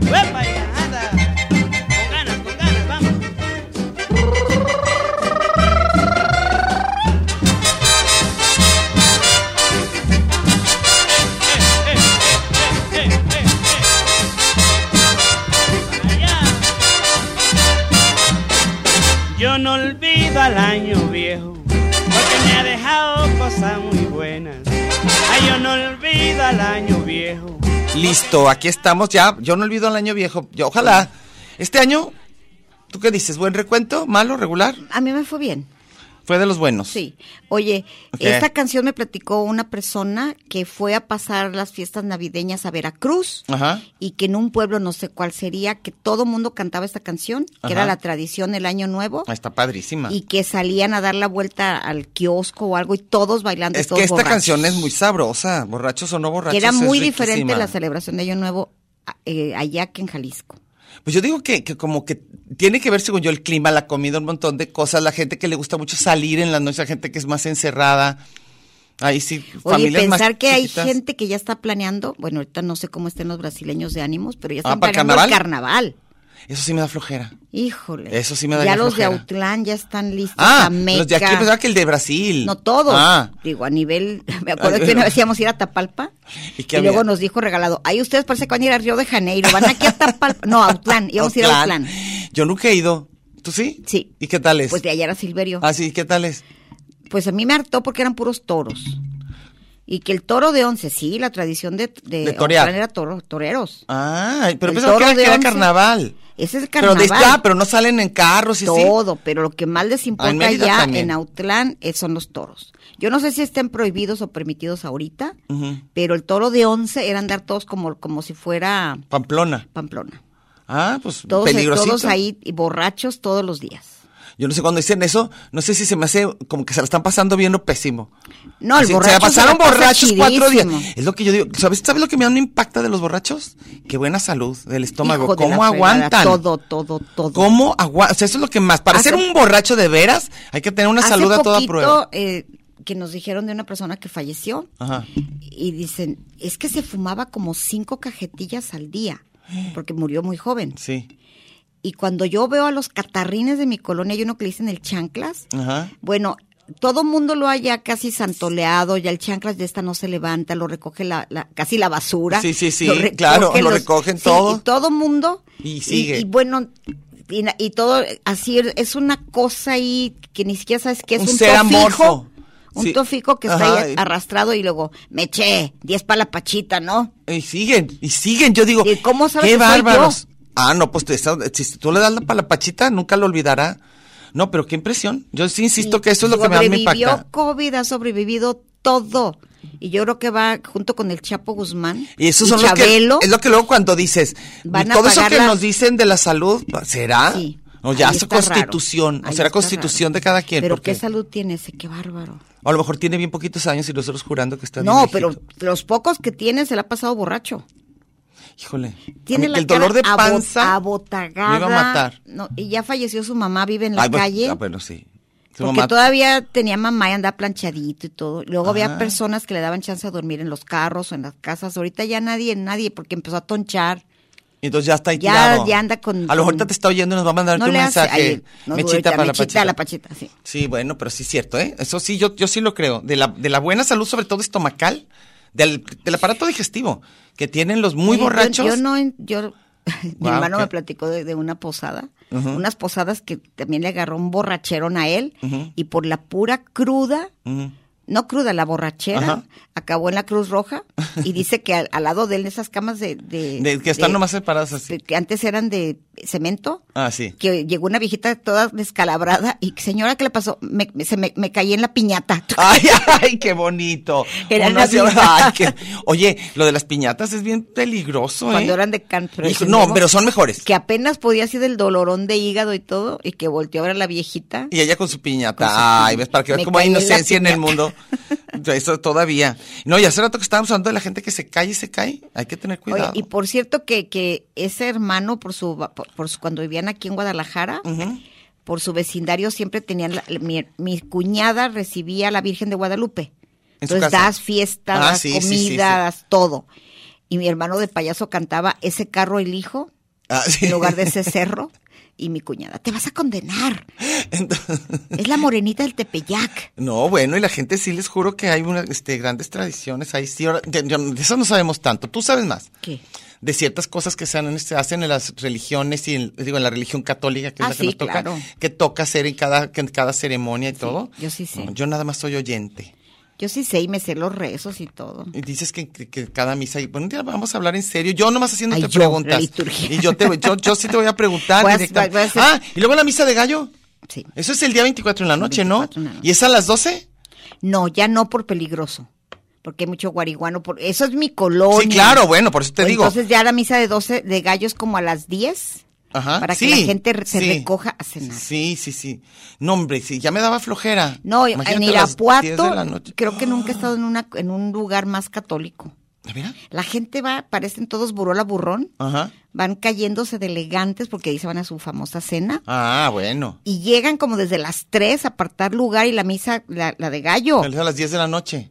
Speaker 8: ¡Epa, ya, anda! Con ganas, con ganas, vamos. Eh, eh, eh, eh, eh, eh, eh. Para allá. Yo no olvido al año viejo, porque me ha dejado cosas muy buenas. Ay, yo no olvido al año viejo.
Speaker 3: Listo, aquí estamos ya. Yo no olvido el año viejo. Yo, ojalá. Este año, ¿tú qué dices? ¿Buen recuento? ¿Malo? ¿Regular?
Speaker 4: A mí me fue bien.
Speaker 3: Fue de los buenos.
Speaker 4: Sí. Oye,
Speaker 3: Ok.
Speaker 4: esta canción me platicó una persona que fue a pasar las fiestas navideñas a Veracruz
Speaker 3: Ajá.
Speaker 4: y que en un pueblo no sé cuál sería, que todo mundo cantaba esta canción, que
Speaker 3: Ajá.
Speaker 4: era la tradición el año nuevo.
Speaker 3: Ah, Está padrísima.
Speaker 4: Y que salían a dar la vuelta al kiosco o algo y todos bailando.
Speaker 3: Es
Speaker 4: todos
Speaker 3: que esta
Speaker 4: borrachos.
Speaker 3: canción es muy sabrosa, borrachos o no borrachos.
Speaker 4: Que era
Speaker 3: es
Speaker 4: muy
Speaker 3: riquísima.
Speaker 4: diferente la celebración de Año Nuevo eh, allá que en Jalisco.
Speaker 3: Pues yo digo que, que como que tiene que ver, según yo, el clima, la comida, un montón de cosas, la gente que le gusta mucho salir en la noche, la gente que es más encerrada. Ahí sí,
Speaker 4: Oye,
Speaker 3: familias más
Speaker 4: pensar que hay
Speaker 3: chiquitas.
Speaker 4: gente que ya está planeando, bueno, ahorita no sé cómo estén los brasileños de ánimos, pero ya
Speaker 3: Ah,
Speaker 4: están
Speaker 3: ¿para el
Speaker 4: planeando el carnaval.
Speaker 3: Eso sí me da flojera.
Speaker 4: Híjole.
Speaker 3: Eso sí me daría
Speaker 4: Ya los de
Speaker 3: flojera.
Speaker 4: Autlán ya están listos.
Speaker 3: Ah,
Speaker 4: Ameca.
Speaker 3: los de aquí pensaba que el de Brasil.
Speaker 4: No todos.
Speaker 3: Ah,
Speaker 4: Digo, a nivel. Me acuerdo
Speaker 3: Ah,
Speaker 4: que una
Speaker 3: bueno.
Speaker 4: vez íbamos a ir a Tapalpa.
Speaker 3: ¿Y
Speaker 4: Y,
Speaker 3: qué
Speaker 4: luego
Speaker 3: había?
Speaker 4: nos dijo regalado: Ay, ustedes parece que van a ir a Río de Janeiro. Van aquí a Tapalpa. No, a Autlán. Íbamos a ir a
Speaker 3: Autlán.
Speaker 4: Autlán.
Speaker 3: Yo nunca he ido. ¿Tú sí?
Speaker 4: Sí.
Speaker 3: ¿Y qué tal es?
Speaker 4: Pues de allá era Silverio.
Speaker 3: Ah, sí, ¿qué tal es?
Speaker 4: Pues a mí me hartó porque eran puros toros. Y que el toro de once, sí, la tradición de, de,
Speaker 3: De torear.
Speaker 4: Autlán era toro, toreros.
Speaker 3: Ah, pero
Speaker 4: El
Speaker 3: pensaba
Speaker 4: toro
Speaker 3: que era,
Speaker 4: de
Speaker 3: que era
Speaker 4: once.
Speaker 3: carnaval.
Speaker 4: Ese es el
Speaker 3: Pero,
Speaker 4: carnaval.
Speaker 3: de, ah, pero no salen en carros y sí.
Speaker 4: todo, pero lo que más les
Speaker 3: en
Speaker 4: importa
Speaker 3: Mérida
Speaker 4: allá
Speaker 3: también.
Speaker 4: en Autlán eh, son los toros. Yo no sé si estén prohibidos o permitidos ahorita,
Speaker 3: Ujú.
Speaker 4: pero el toro de once era andar todos como, como si fuera
Speaker 3: Pamplona.
Speaker 4: Pamplona.
Speaker 3: Ah, pues
Speaker 4: Todos, eh,
Speaker 3: peligrosito.
Speaker 4: todos ahí y borrachos todos los días.
Speaker 3: Yo no sé cuando dicen eso, no sé si se me hace como que se la están pasando bien o pésimo.
Speaker 4: No, el
Speaker 3: Así,
Speaker 4: borracho
Speaker 3: se la pasaron
Speaker 4: pasa
Speaker 3: borrachos cuatro días.
Speaker 4: chidísimo.
Speaker 3: Es lo que yo digo. ¿Sabes, ¿Sabes lo que me da un impacto de los borrachos? Qué buena salud del estómago.
Speaker 4: Hijo de
Speaker 3: ¿Cómo
Speaker 4: la fregada,
Speaker 3: aguantan?
Speaker 4: Todo, todo, todo.
Speaker 3: ¿Cómo aguantan? O sea, eso es lo que más. Para
Speaker 4: Hace-
Speaker 3: ser un borracho de veras, hay que tener una
Speaker 4: Hace
Speaker 3: salud a toda
Speaker 4: poquito,
Speaker 3: prueba.
Speaker 4: eh, que nos dijeron de una persona que falleció
Speaker 3: Ajá.
Speaker 4: y dicen, es que se fumaba como cinco cajetillas al día, porque murió muy joven.
Speaker 3: Sí.
Speaker 4: Y cuando yo veo a los catarrines de mi colonia, hay uno que le dicen el chanclas.
Speaker 3: Ajá.
Speaker 4: Bueno, todo mundo lo haya casi santoleado, ya el chanclas de esta no se levanta, lo recoge la, la- casi la basura.
Speaker 3: Sí, sí, sí, claro, lo recogen
Speaker 4: sí,
Speaker 3: todo.
Speaker 4: Y todo mundo.
Speaker 3: Y sigue.
Speaker 4: Y, bueno, y, na- y todo así, es una cosa ahí que ni siquiera sabes qué es
Speaker 3: Un
Speaker 4: un,
Speaker 3: ser
Speaker 4: tofijo.
Speaker 3: amorfo.
Speaker 4: Un
Speaker 3: Sí.
Speaker 4: tofico que
Speaker 3: Ajá,
Speaker 4: está ahí
Speaker 3: y-
Speaker 4: arrastrado y luego, me eché, 10 para la pachita, ¿no?
Speaker 3: Y siguen, y siguen. Yo digo,
Speaker 4: ¿Y cómo sabes que
Speaker 3: qué
Speaker 4: soy
Speaker 3: bárbaros. Ah, no, pues tú estás- si tú le das la palapachita, nunca lo olvidará. No, pero qué impresión. Yo sí insisto que eso es lo que me da me impacta.
Speaker 4: Sobrevivió COVID, ha sobrevivido todo. Y yo creo que va junto con el Chapo Guzmán.
Speaker 3: Y esos son los que
Speaker 4: Chabelo.
Speaker 3: es lo que luego cuando dices
Speaker 4: Van a
Speaker 3: todo eso
Speaker 4: pagar
Speaker 3: que
Speaker 4: la-
Speaker 3: nos dicen de la salud, ¿será?
Speaker 4: Sí.
Speaker 3: O ya
Speaker 4: Ahí
Speaker 3: es
Speaker 4: está raro.
Speaker 3: constitución,
Speaker 4: Ahí
Speaker 3: o será
Speaker 4: está
Speaker 3: constitución
Speaker 4: raro.
Speaker 3: de cada quien.
Speaker 4: Pero
Speaker 3: porque
Speaker 4: qué salud tiene ese, qué bárbaro.
Speaker 3: o a lo mejor tiene bien poquitos años y nosotros jurando que está bien
Speaker 4: No, pero
Speaker 3: viejito.
Speaker 4: los pocos que tiene se la ha pasado borracho.
Speaker 3: Híjole.
Speaker 4: Tiene
Speaker 3: a mí
Speaker 4: la
Speaker 3: que el dolor de
Speaker 4: cara abo-
Speaker 3: panza
Speaker 4: abotagada.
Speaker 3: me iba a matar.
Speaker 4: No, y ya falleció su mamá, vive en la
Speaker 3: Ay, pues,
Speaker 4: calle.
Speaker 3: ah, bueno, sí. Su
Speaker 4: porque
Speaker 3: mamá-
Speaker 4: todavía tenía mamá y andaba planchadito y todo. Luego
Speaker 3: Ajá.
Speaker 4: había personas que le daban chance a dormir en los carros o en las casas. Ahorita ya nadie, nadie, porque empezó a tonchar.
Speaker 3: Y entonces ya está ahí
Speaker 4: Ya-
Speaker 3: tirado.
Speaker 4: ya anda con-
Speaker 3: A lo mejor
Speaker 4: con-
Speaker 3: ahorita te está oyendo y nos va a mandar
Speaker 4: no
Speaker 3: un
Speaker 4: le hace,
Speaker 3: mensaje.
Speaker 4: ay, no, ahorita,
Speaker 3: mechita para la
Speaker 4: mechita
Speaker 3: pachita.
Speaker 4: a la pachita, sí.
Speaker 3: Sí, bueno, pero sí es cierto, ¿eh? Eso sí, yo, yo sí lo creo. De la, de la buena salud, sobre todo estomacal, del, del aparato digestivo, que tienen los muy
Speaker 4: Oye, yo-
Speaker 3: borrachos.
Speaker 4: Yo, no, en- yo, mi
Speaker 3: Guau,
Speaker 4: hermano
Speaker 3: qué-
Speaker 4: me platicó de, de una posada,
Speaker 3: Ujú.
Speaker 4: unas posadas que también le agarró un borracherón a él
Speaker 3: Ujú.
Speaker 4: y por la pura cruda
Speaker 3: Ujú.
Speaker 4: no cruda, la borrachera,
Speaker 3: Ajá.
Speaker 4: acabó en la Cruz Roja y dice que al, al lado de él, esas camas de... de-
Speaker 3: De- que están
Speaker 4: de-
Speaker 3: nomás separadas así.
Speaker 4: que antes eran de cemento,
Speaker 3: Ah, sí.
Speaker 4: que llegó una viejita toda descalabrada y señora, ¿qué le pasó? Me, me- se me, me caí en la piñata.
Speaker 3: Ay, ay, qué bonito.
Speaker 4: Era
Speaker 3: Uno
Speaker 4: una
Speaker 3: hace-
Speaker 4: piñata.
Speaker 3: ay, qué- Oye, lo de las piñatas es bien peligroso, ¿eh?
Speaker 4: Cuando eran de can pero
Speaker 3: Hijo,
Speaker 4: sin
Speaker 3: no,
Speaker 4: embargo,
Speaker 3: pero son mejores.
Speaker 4: Que apenas podía ser del dolorón de hígado y todo, y que volteó a ver a la viejita.
Speaker 3: Y ella con su piñata.
Speaker 4: Con su
Speaker 3: Ay,
Speaker 4: piñata.
Speaker 3: ves, para que veas
Speaker 4: Me
Speaker 3: cómo hay
Speaker 4: caí en la
Speaker 3: inocencia en el
Speaker 4: piñata.
Speaker 3: mundo. Eso todavía. No, y hace rato que estábamos hablando de la gente que se cae y se cae. Hay que tener
Speaker 4: Oye,
Speaker 3: cuidado.
Speaker 4: y por cierto que, que ese hermano, por su, por, por su- cuando vivían aquí en Guadalajara,
Speaker 3: Ujú.
Speaker 4: por su vecindario siempre tenían, la- mi, mi cuñada recibía a la Virgen de Guadalupe.
Speaker 3: En su
Speaker 4: Entonces
Speaker 3: casa.
Speaker 4: das fiesta,
Speaker 3: Ah,
Speaker 4: das
Speaker 3: sí, sí,
Speaker 4: comida,
Speaker 3: sí, sí.
Speaker 4: das todo. Y mi hermano de payaso cantaba ese carro elijo
Speaker 3: Ah, sí.
Speaker 4: en lugar de ese cerro. Y mi cuñada, te vas a condenar.
Speaker 3: Entonces-
Speaker 4: Es la morenita del Tepeyac.
Speaker 3: No, bueno, y la gente sí les juro que hay unas este, grandes tradiciones ahí. Sí, ahora, de, de- de eso no sabemos tanto. Tú sabes más
Speaker 4: ¿Qué?
Speaker 3: de ciertas cosas que se, han- se hacen en las religiones y en, digo, en la religión católica, que es
Speaker 4: Ah,
Speaker 3: la que
Speaker 4: sí,
Speaker 3: nos toca,
Speaker 4: claro.
Speaker 3: que toca hacer en cada, que en cada ceremonia y todo.
Speaker 4: yo sí sé.
Speaker 3: No, yo nada más soy oyente.
Speaker 4: Yo sí sé y me sé los rezos y todo.
Speaker 3: Y dices que, que- que cada misa. Y, bueno, un día vamos a hablar en serio. Yo nomás haciéndote
Speaker 4: Ay, yo, la
Speaker 3: preguntas.
Speaker 4: liturgia.
Speaker 3: Y yo, te, voy- yo, yo sí te voy a preguntar
Speaker 4: Voy a-
Speaker 3: directamente.
Speaker 4: voy a hacer-
Speaker 3: Ah, y luego la misa de gallo.
Speaker 4: Sí.
Speaker 3: Eso es el día 24 en la noche, ¿no?
Speaker 4: 24 en la noche.
Speaker 3: ¿Y es a las 12?
Speaker 4: No, ya no por peligroso. Porque hay mucho guariguano. Por... Eso es mi colonia.
Speaker 3: Sí, claro, bueno, por eso te digo.
Speaker 4: Entonces ya la misa de 12 de gallos como a las 10.
Speaker 3: Ajá,
Speaker 4: Para que
Speaker 3: Ah, sí,
Speaker 4: la gente re- se
Speaker 3: sí.
Speaker 4: recoja a cenar.
Speaker 3: Sí, sí, sí. No, hombre, sí, ya me daba flojera.
Speaker 4: No, en
Speaker 3: Imagínate a las 10 de la
Speaker 4: Irapuato,
Speaker 3: noche. Ah.
Speaker 4: creo que nunca he estado en, una, en un lugar más católico.
Speaker 3: ¿De veras?
Speaker 4: La gente va, parecen todos burola burrón,
Speaker 3: Ajá.
Speaker 4: van cayéndose de elegantes porque ahí se van a su famosa cena.
Speaker 3: Ah, bueno.
Speaker 4: Y llegan como desde las 3 a apartar lugar y la misa, la, la de gallo.
Speaker 3: A las 10 de la noche.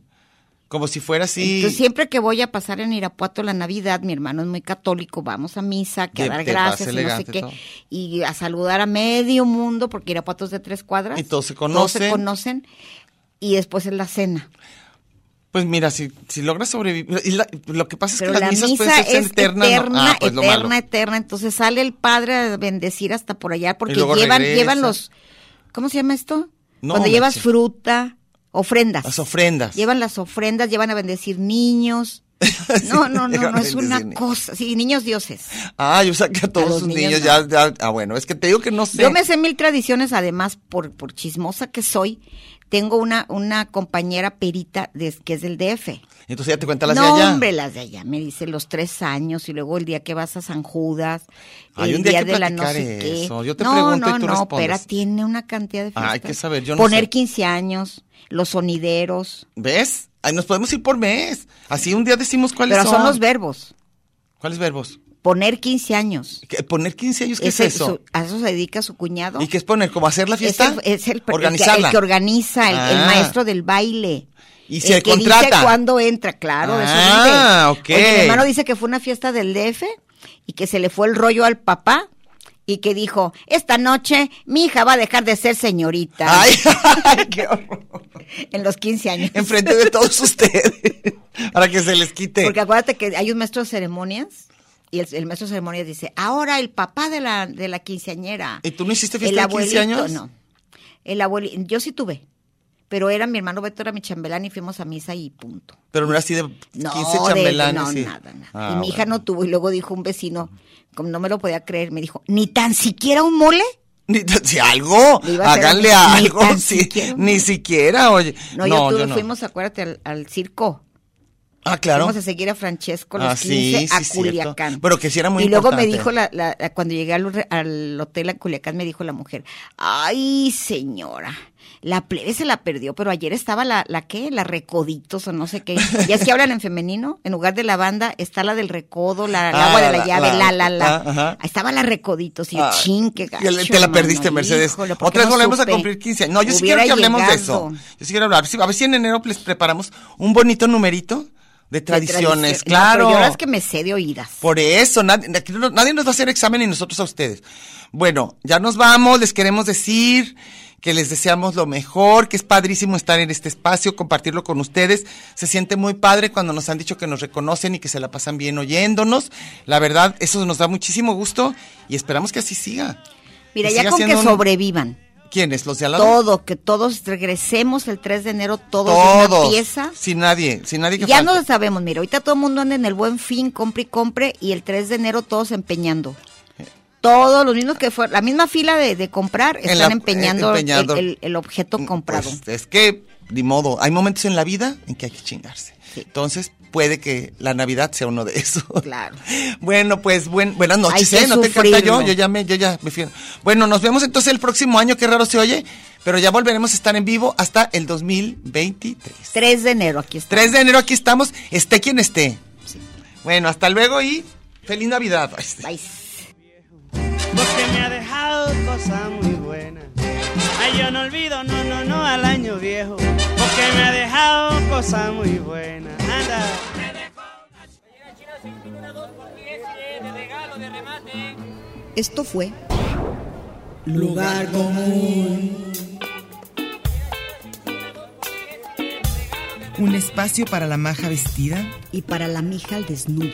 Speaker 3: Como si fuera así.
Speaker 4: Oh. Entonces, siempre que voy a pasar en Irapuato la Navidad, mi hermano es muy católico, vamos a misa, que a
Speaker 3: Te-
Speaker 4: dar
Speaker 3: te vas
Speaker 4: gracias y no sé
Speaker 3: elegante,
Speaker 4: qué,
Speaker 3: todo.
Speaker 4: y a saludar a medio mundo, porque Irapuato es de tres cuadras.
Speaker 3: Y todos se
Speaker 4: Todos
Speaker 3: conocen.
Speaker 4: se conocen. Y después es la cena.
Speaker 3: Pues mira, si, si logras sobrevivir. y la- lo que pasa es
Speaker 4: Pero
Speaker 3: que las
Speaker 4: la
Speaker 3: misas
Speaker 4: misa
Speaker 3: pueden ser
Speaker 4: es eterna,
Speaker 3: eternas. ¿no? Ah, pues lo malo.
Speaker 4: eterna, eterna. Entonces sale el padre a bendecir hasta por allá, porque
Speaker 3: luego
Speaker 4: llevan,
Speaker 3: regresa.
Speaker 4: llevan los, ¿cómo se llama esto?
Speaker 3: No,
Speaker 4: Cuando
Speaker 3: hombre,
Speaker 4: llevas
Speaker 3: sí.
Speaker 4: fruta, ofrendas.
Speaker 3: Las ofrendas.
Speaker 4: Llevan las ofrendas, llevan a bendecir niños. No, no, no,
Speaker 3: Llevan
Speaker 4: no,
Speaker 3: a
Speaker 4: es una
Speaker 3: bendecir niños.
Speaker 4: cosa. Sí, niños dioses.
Speaker 3: Ah, yo saqué a todos
Speaker 4: los
Speaker 3: sus niños,
Speaker 4: niños
Speaker 3: ya, ya- Ah, bueno, es que te digo que no sé.
Speaker 4: Yo me sé mil tradiciones, además, por, por chismosa que soy. Tengo una, una compañera perita de- que es del DF.
Speaker 3: Entonces ya te cuenta las
Speaker 4: no,
Speaker 3: de allá.
Speaker 4: hombre, las de allá. Me dice los tres años y luego el día que vas a San Judas.
Speaker 3: Ay,
Speaker 4: el
Speaker 3: un día hay que
Speaker 4: de la no
Speaker 3: platicar
Speaker 4: sé qué.
Speaker 3: eso. Yo te
Speaker 4: no,
Speaker 3: pregunto y
Speaker 4: no,
Speaker 3: tú
Speaker 4: no,
Speaker 3: respondes.
Speaker 4: pero tiene una cantidad de
Speaker 3: Ah,
Speaker 4: fiestas.
Speaker 3: hay que saber, yo no
Speaker 4: Poner
Speaker 3: sé.
Speaker 4: 15 años, los sonideros.
Speaker 3: ¿Ves? Ahí nos podemos ir por mes. Así un día decimos cuáles
Speaker 4: Pero
Speaker 3: son.
Speaker 4: son? los verbos.
Speaker 3: ¿Cuáles verbos?
Speaker 4: Poner 15 años.
Speaker 3: ¿Qué- ¿Poner 15 años? ¿Qué es,
Speaker 4: Ese-
Speaker 3: eso?
Speaker 4: su- a eso se dedica su cuñado.
Speaker 3: ¿Y qué es poner? ¿Como hacer la
Speaker 4: Es
Speaker 3: fiesta?
Speaker 4: el, es el- el que-
Speaker 3: Organizarla.
Speaker 4: el que organiza, el, el
Speaker 3: Ah.
Speaker 4: maestro del baile.
Speaker 3: Y se
Speaker 4: el que
Speaker 3: contrata.
Speaker 4: Dice cuándo entra, claro. de eso
Speaker 3: Ah,
Speaker 4: vive. Oye,
Speaker 3: ok.
Speaker 4: mi hermano dice que fue una fiesta del DF y que se le fue el rollo al papá y que dijo, esta noche mi hija va a dejar de ser señorita
Speaker 3: Ay, ay, qué horror.
Speaker 4: en los 15 años.
Speaker 3: Enfrente de todos ustedes. Para que se les quite.
Speaker 4: Porque acuérdate que hay un maestro de ceremonias y el, el maestro de ceremonias dice, ahora el papá de la, de la quinceañera.
Speaker 3: ¿Y tú no hiciste
Speaker 4: el
Speaker 3: fiesta de 15
Speaker 4: abuelito,
Speaker 3: años?
Speaker 4: No. El abuelito, yo sí tuve. Pero era mi hermano Beto, era mi chambelán y fuimos a misa y punto.
Speaker 3: Pero no era así de 15
Speaker 4: No, de-
Speaker 3: chambelanes.
Speaker 4: no,
Speaker 3: sí.
Speaker 4: nada, nada.
Speaker 3: Ah,
Speaker 4: y mi hija
Speaker 3: bueno.
Speaker 4: no tuvo, y luego dijo un vecino, como no me lo podía creer, me dijo, ni tan siquiera un mole.
Speaker 3: Ni tan- si algo,
Speaker 4: Le iba a hacer
Speaker 3: háganle
Speaker 4: algo. Ni
Speaker 3: algo,
Speaker 4: tan
Speaker 3: sí,
Speaker 4: siquiera,
Speaker 3: ni
Speaker 4: no.
Speaker 3: siquiera, oye.
Speaker 4: No, yo tuve, fuimos, acuérdate, al, al circo.
Speaker 3: Ah, claro.
Speaker 4: Vamos a seguir a Francesco los
Speaker 3: Ah, sí,
Speaker 4: 15 a
Speaker 3: sí, cierto.
Speaker 4: Culiacán.
Speaker 3: Pero que sí era muy
Speaker 4: Y luego me
Speaker 3: importante.
Speaker 4: dijo, la, la- la- cuando llegué al, re- al hotel a Culiacán, me dijo la mujer, ay, señora, la plebe se la perdió, pero ayer estaba la, la ¿qué? La Recoditos o no sé qué. Ya es que hablan en femenino, en lugar de la banda, está la del recodo, la, la
Speaker 3: Ah,
Speaker 4: agua de
Speaker 3: la-
Speaker 4: la llave,
Speaker 3: la-
Speaker 4: la, la, la.
Speaker 3: ah, ajá.
Speaker 4: Ahí estaba la Recoditos y yo,
Speaker 3: Ah,
Speaker 4: chin, qué
Speaker 3: y
Speaker 4: gacho,
Speaker 3: Te la
Speaker 4: mano,
Speaker 3: perdiste, Mercedes.
Speaker 4: híjole, ¿por qué
Speaker 3: Otra vez
Speaker 4: no
Speaker 3: volvemos
Speaker 4: supe?
Speaker 3: a cumplir 15 años. No, yo sí quiero
Speaker 4: Hubiera
Speaker 3: que hablemos de
Speaker 4: llegado.
Speaker 3: eso. Yo sí quiero hablar. Sí, A ver si en enero les preparamos un bonito numerito de tradiciones.
Speaker 4: tradici-
Speaker 3: claro.
Speaker 4: No, pero yo las que me sé de oídas.
Speaker 3: Por eso, nadie, aquí no- nadie nos va a hacer examen y nosotros a ustedes. Bueno, ya nos vamos, les queremos decir que les deseamos lo mejor, que es padrísimo estar en este espacio, compartirlo con ustedes. Se siente muy padre cuando nos han dicho que nos reconocen y que se la pasan bien oyéndonos. La verdad, eso nos da muchísimo gusto y esperamos que así siga.
Speaker 4: Mira,
Speaker 3: Que
Speaker 4: ya
Speaker 3: siga
Speaker 4: con que
Speaker 3: siendo un-
Speaker 4: sobrevivan.
Speaker 3: ¿Quiénes? ¿Los de al lado?
Speaker 4: Todo, que todos regresemos el 3 de enero, todos, de una
Speaker 3: Todos.
Speaker 4: pieza.
Speaker 3: Sin nadie, sin nadie que
Speaker 4: Ya
Speaker 3: falte.
Speaker 4: no sabemos, mira, ahorita todo el mundo anda en el buen fin, compre y compre, y el 3 de enero todos empeñando.
Speaker 3: Eh.
Speaker 4: Todos los mismos que fue la misma fila de, de comprar
Speaker 3: En
Speaker 4: están
Speaker 3: la- eh,
Speaker 4: empeñando, el-
Speaker 3: empeñando.
Speaker 4: El, el objeto comprado.
Speaker 3: Pues, es que, ni modo, hay momentos en la vida en que hay que chingarse.
Speaker 4: Sí.
Speaker 3: Entonces, puede que la Navidad sea uno de esos.
Speaker 4: Claro.
Speaker 3: Bueno, pues buen- buenas noches,
Speaker 4: Hay que
Speaker 3: ¿eh? No te encanta yo,
Speaker 4: sufrirlo.
Speaker 3: yo ya me, yo ya me fiero. Bueno, nos vemos entonces el próximo año, qué raro se oye, pero ya volveremos a estar en vivo hasta el 2023.
Speaker 4: 3 de enero, aquí está.
Speaker 3: 3 de enero aquí estamos, esté quien esté. Bueno, hasta luego y feliz Navidad.
Speaker 4: Bye.
Speaker 9: porque me ha dejado cosas muy buenas. Ay, yo no olvido, no, no, no, al año viejo, porque me ha dejado cosas muy buenas. Anda.
Speaker 4: Esto fue
Speaker 10: Lugar común. Un espacio para la maja vestida.
Speaker 4: Y para la mija al desnudo.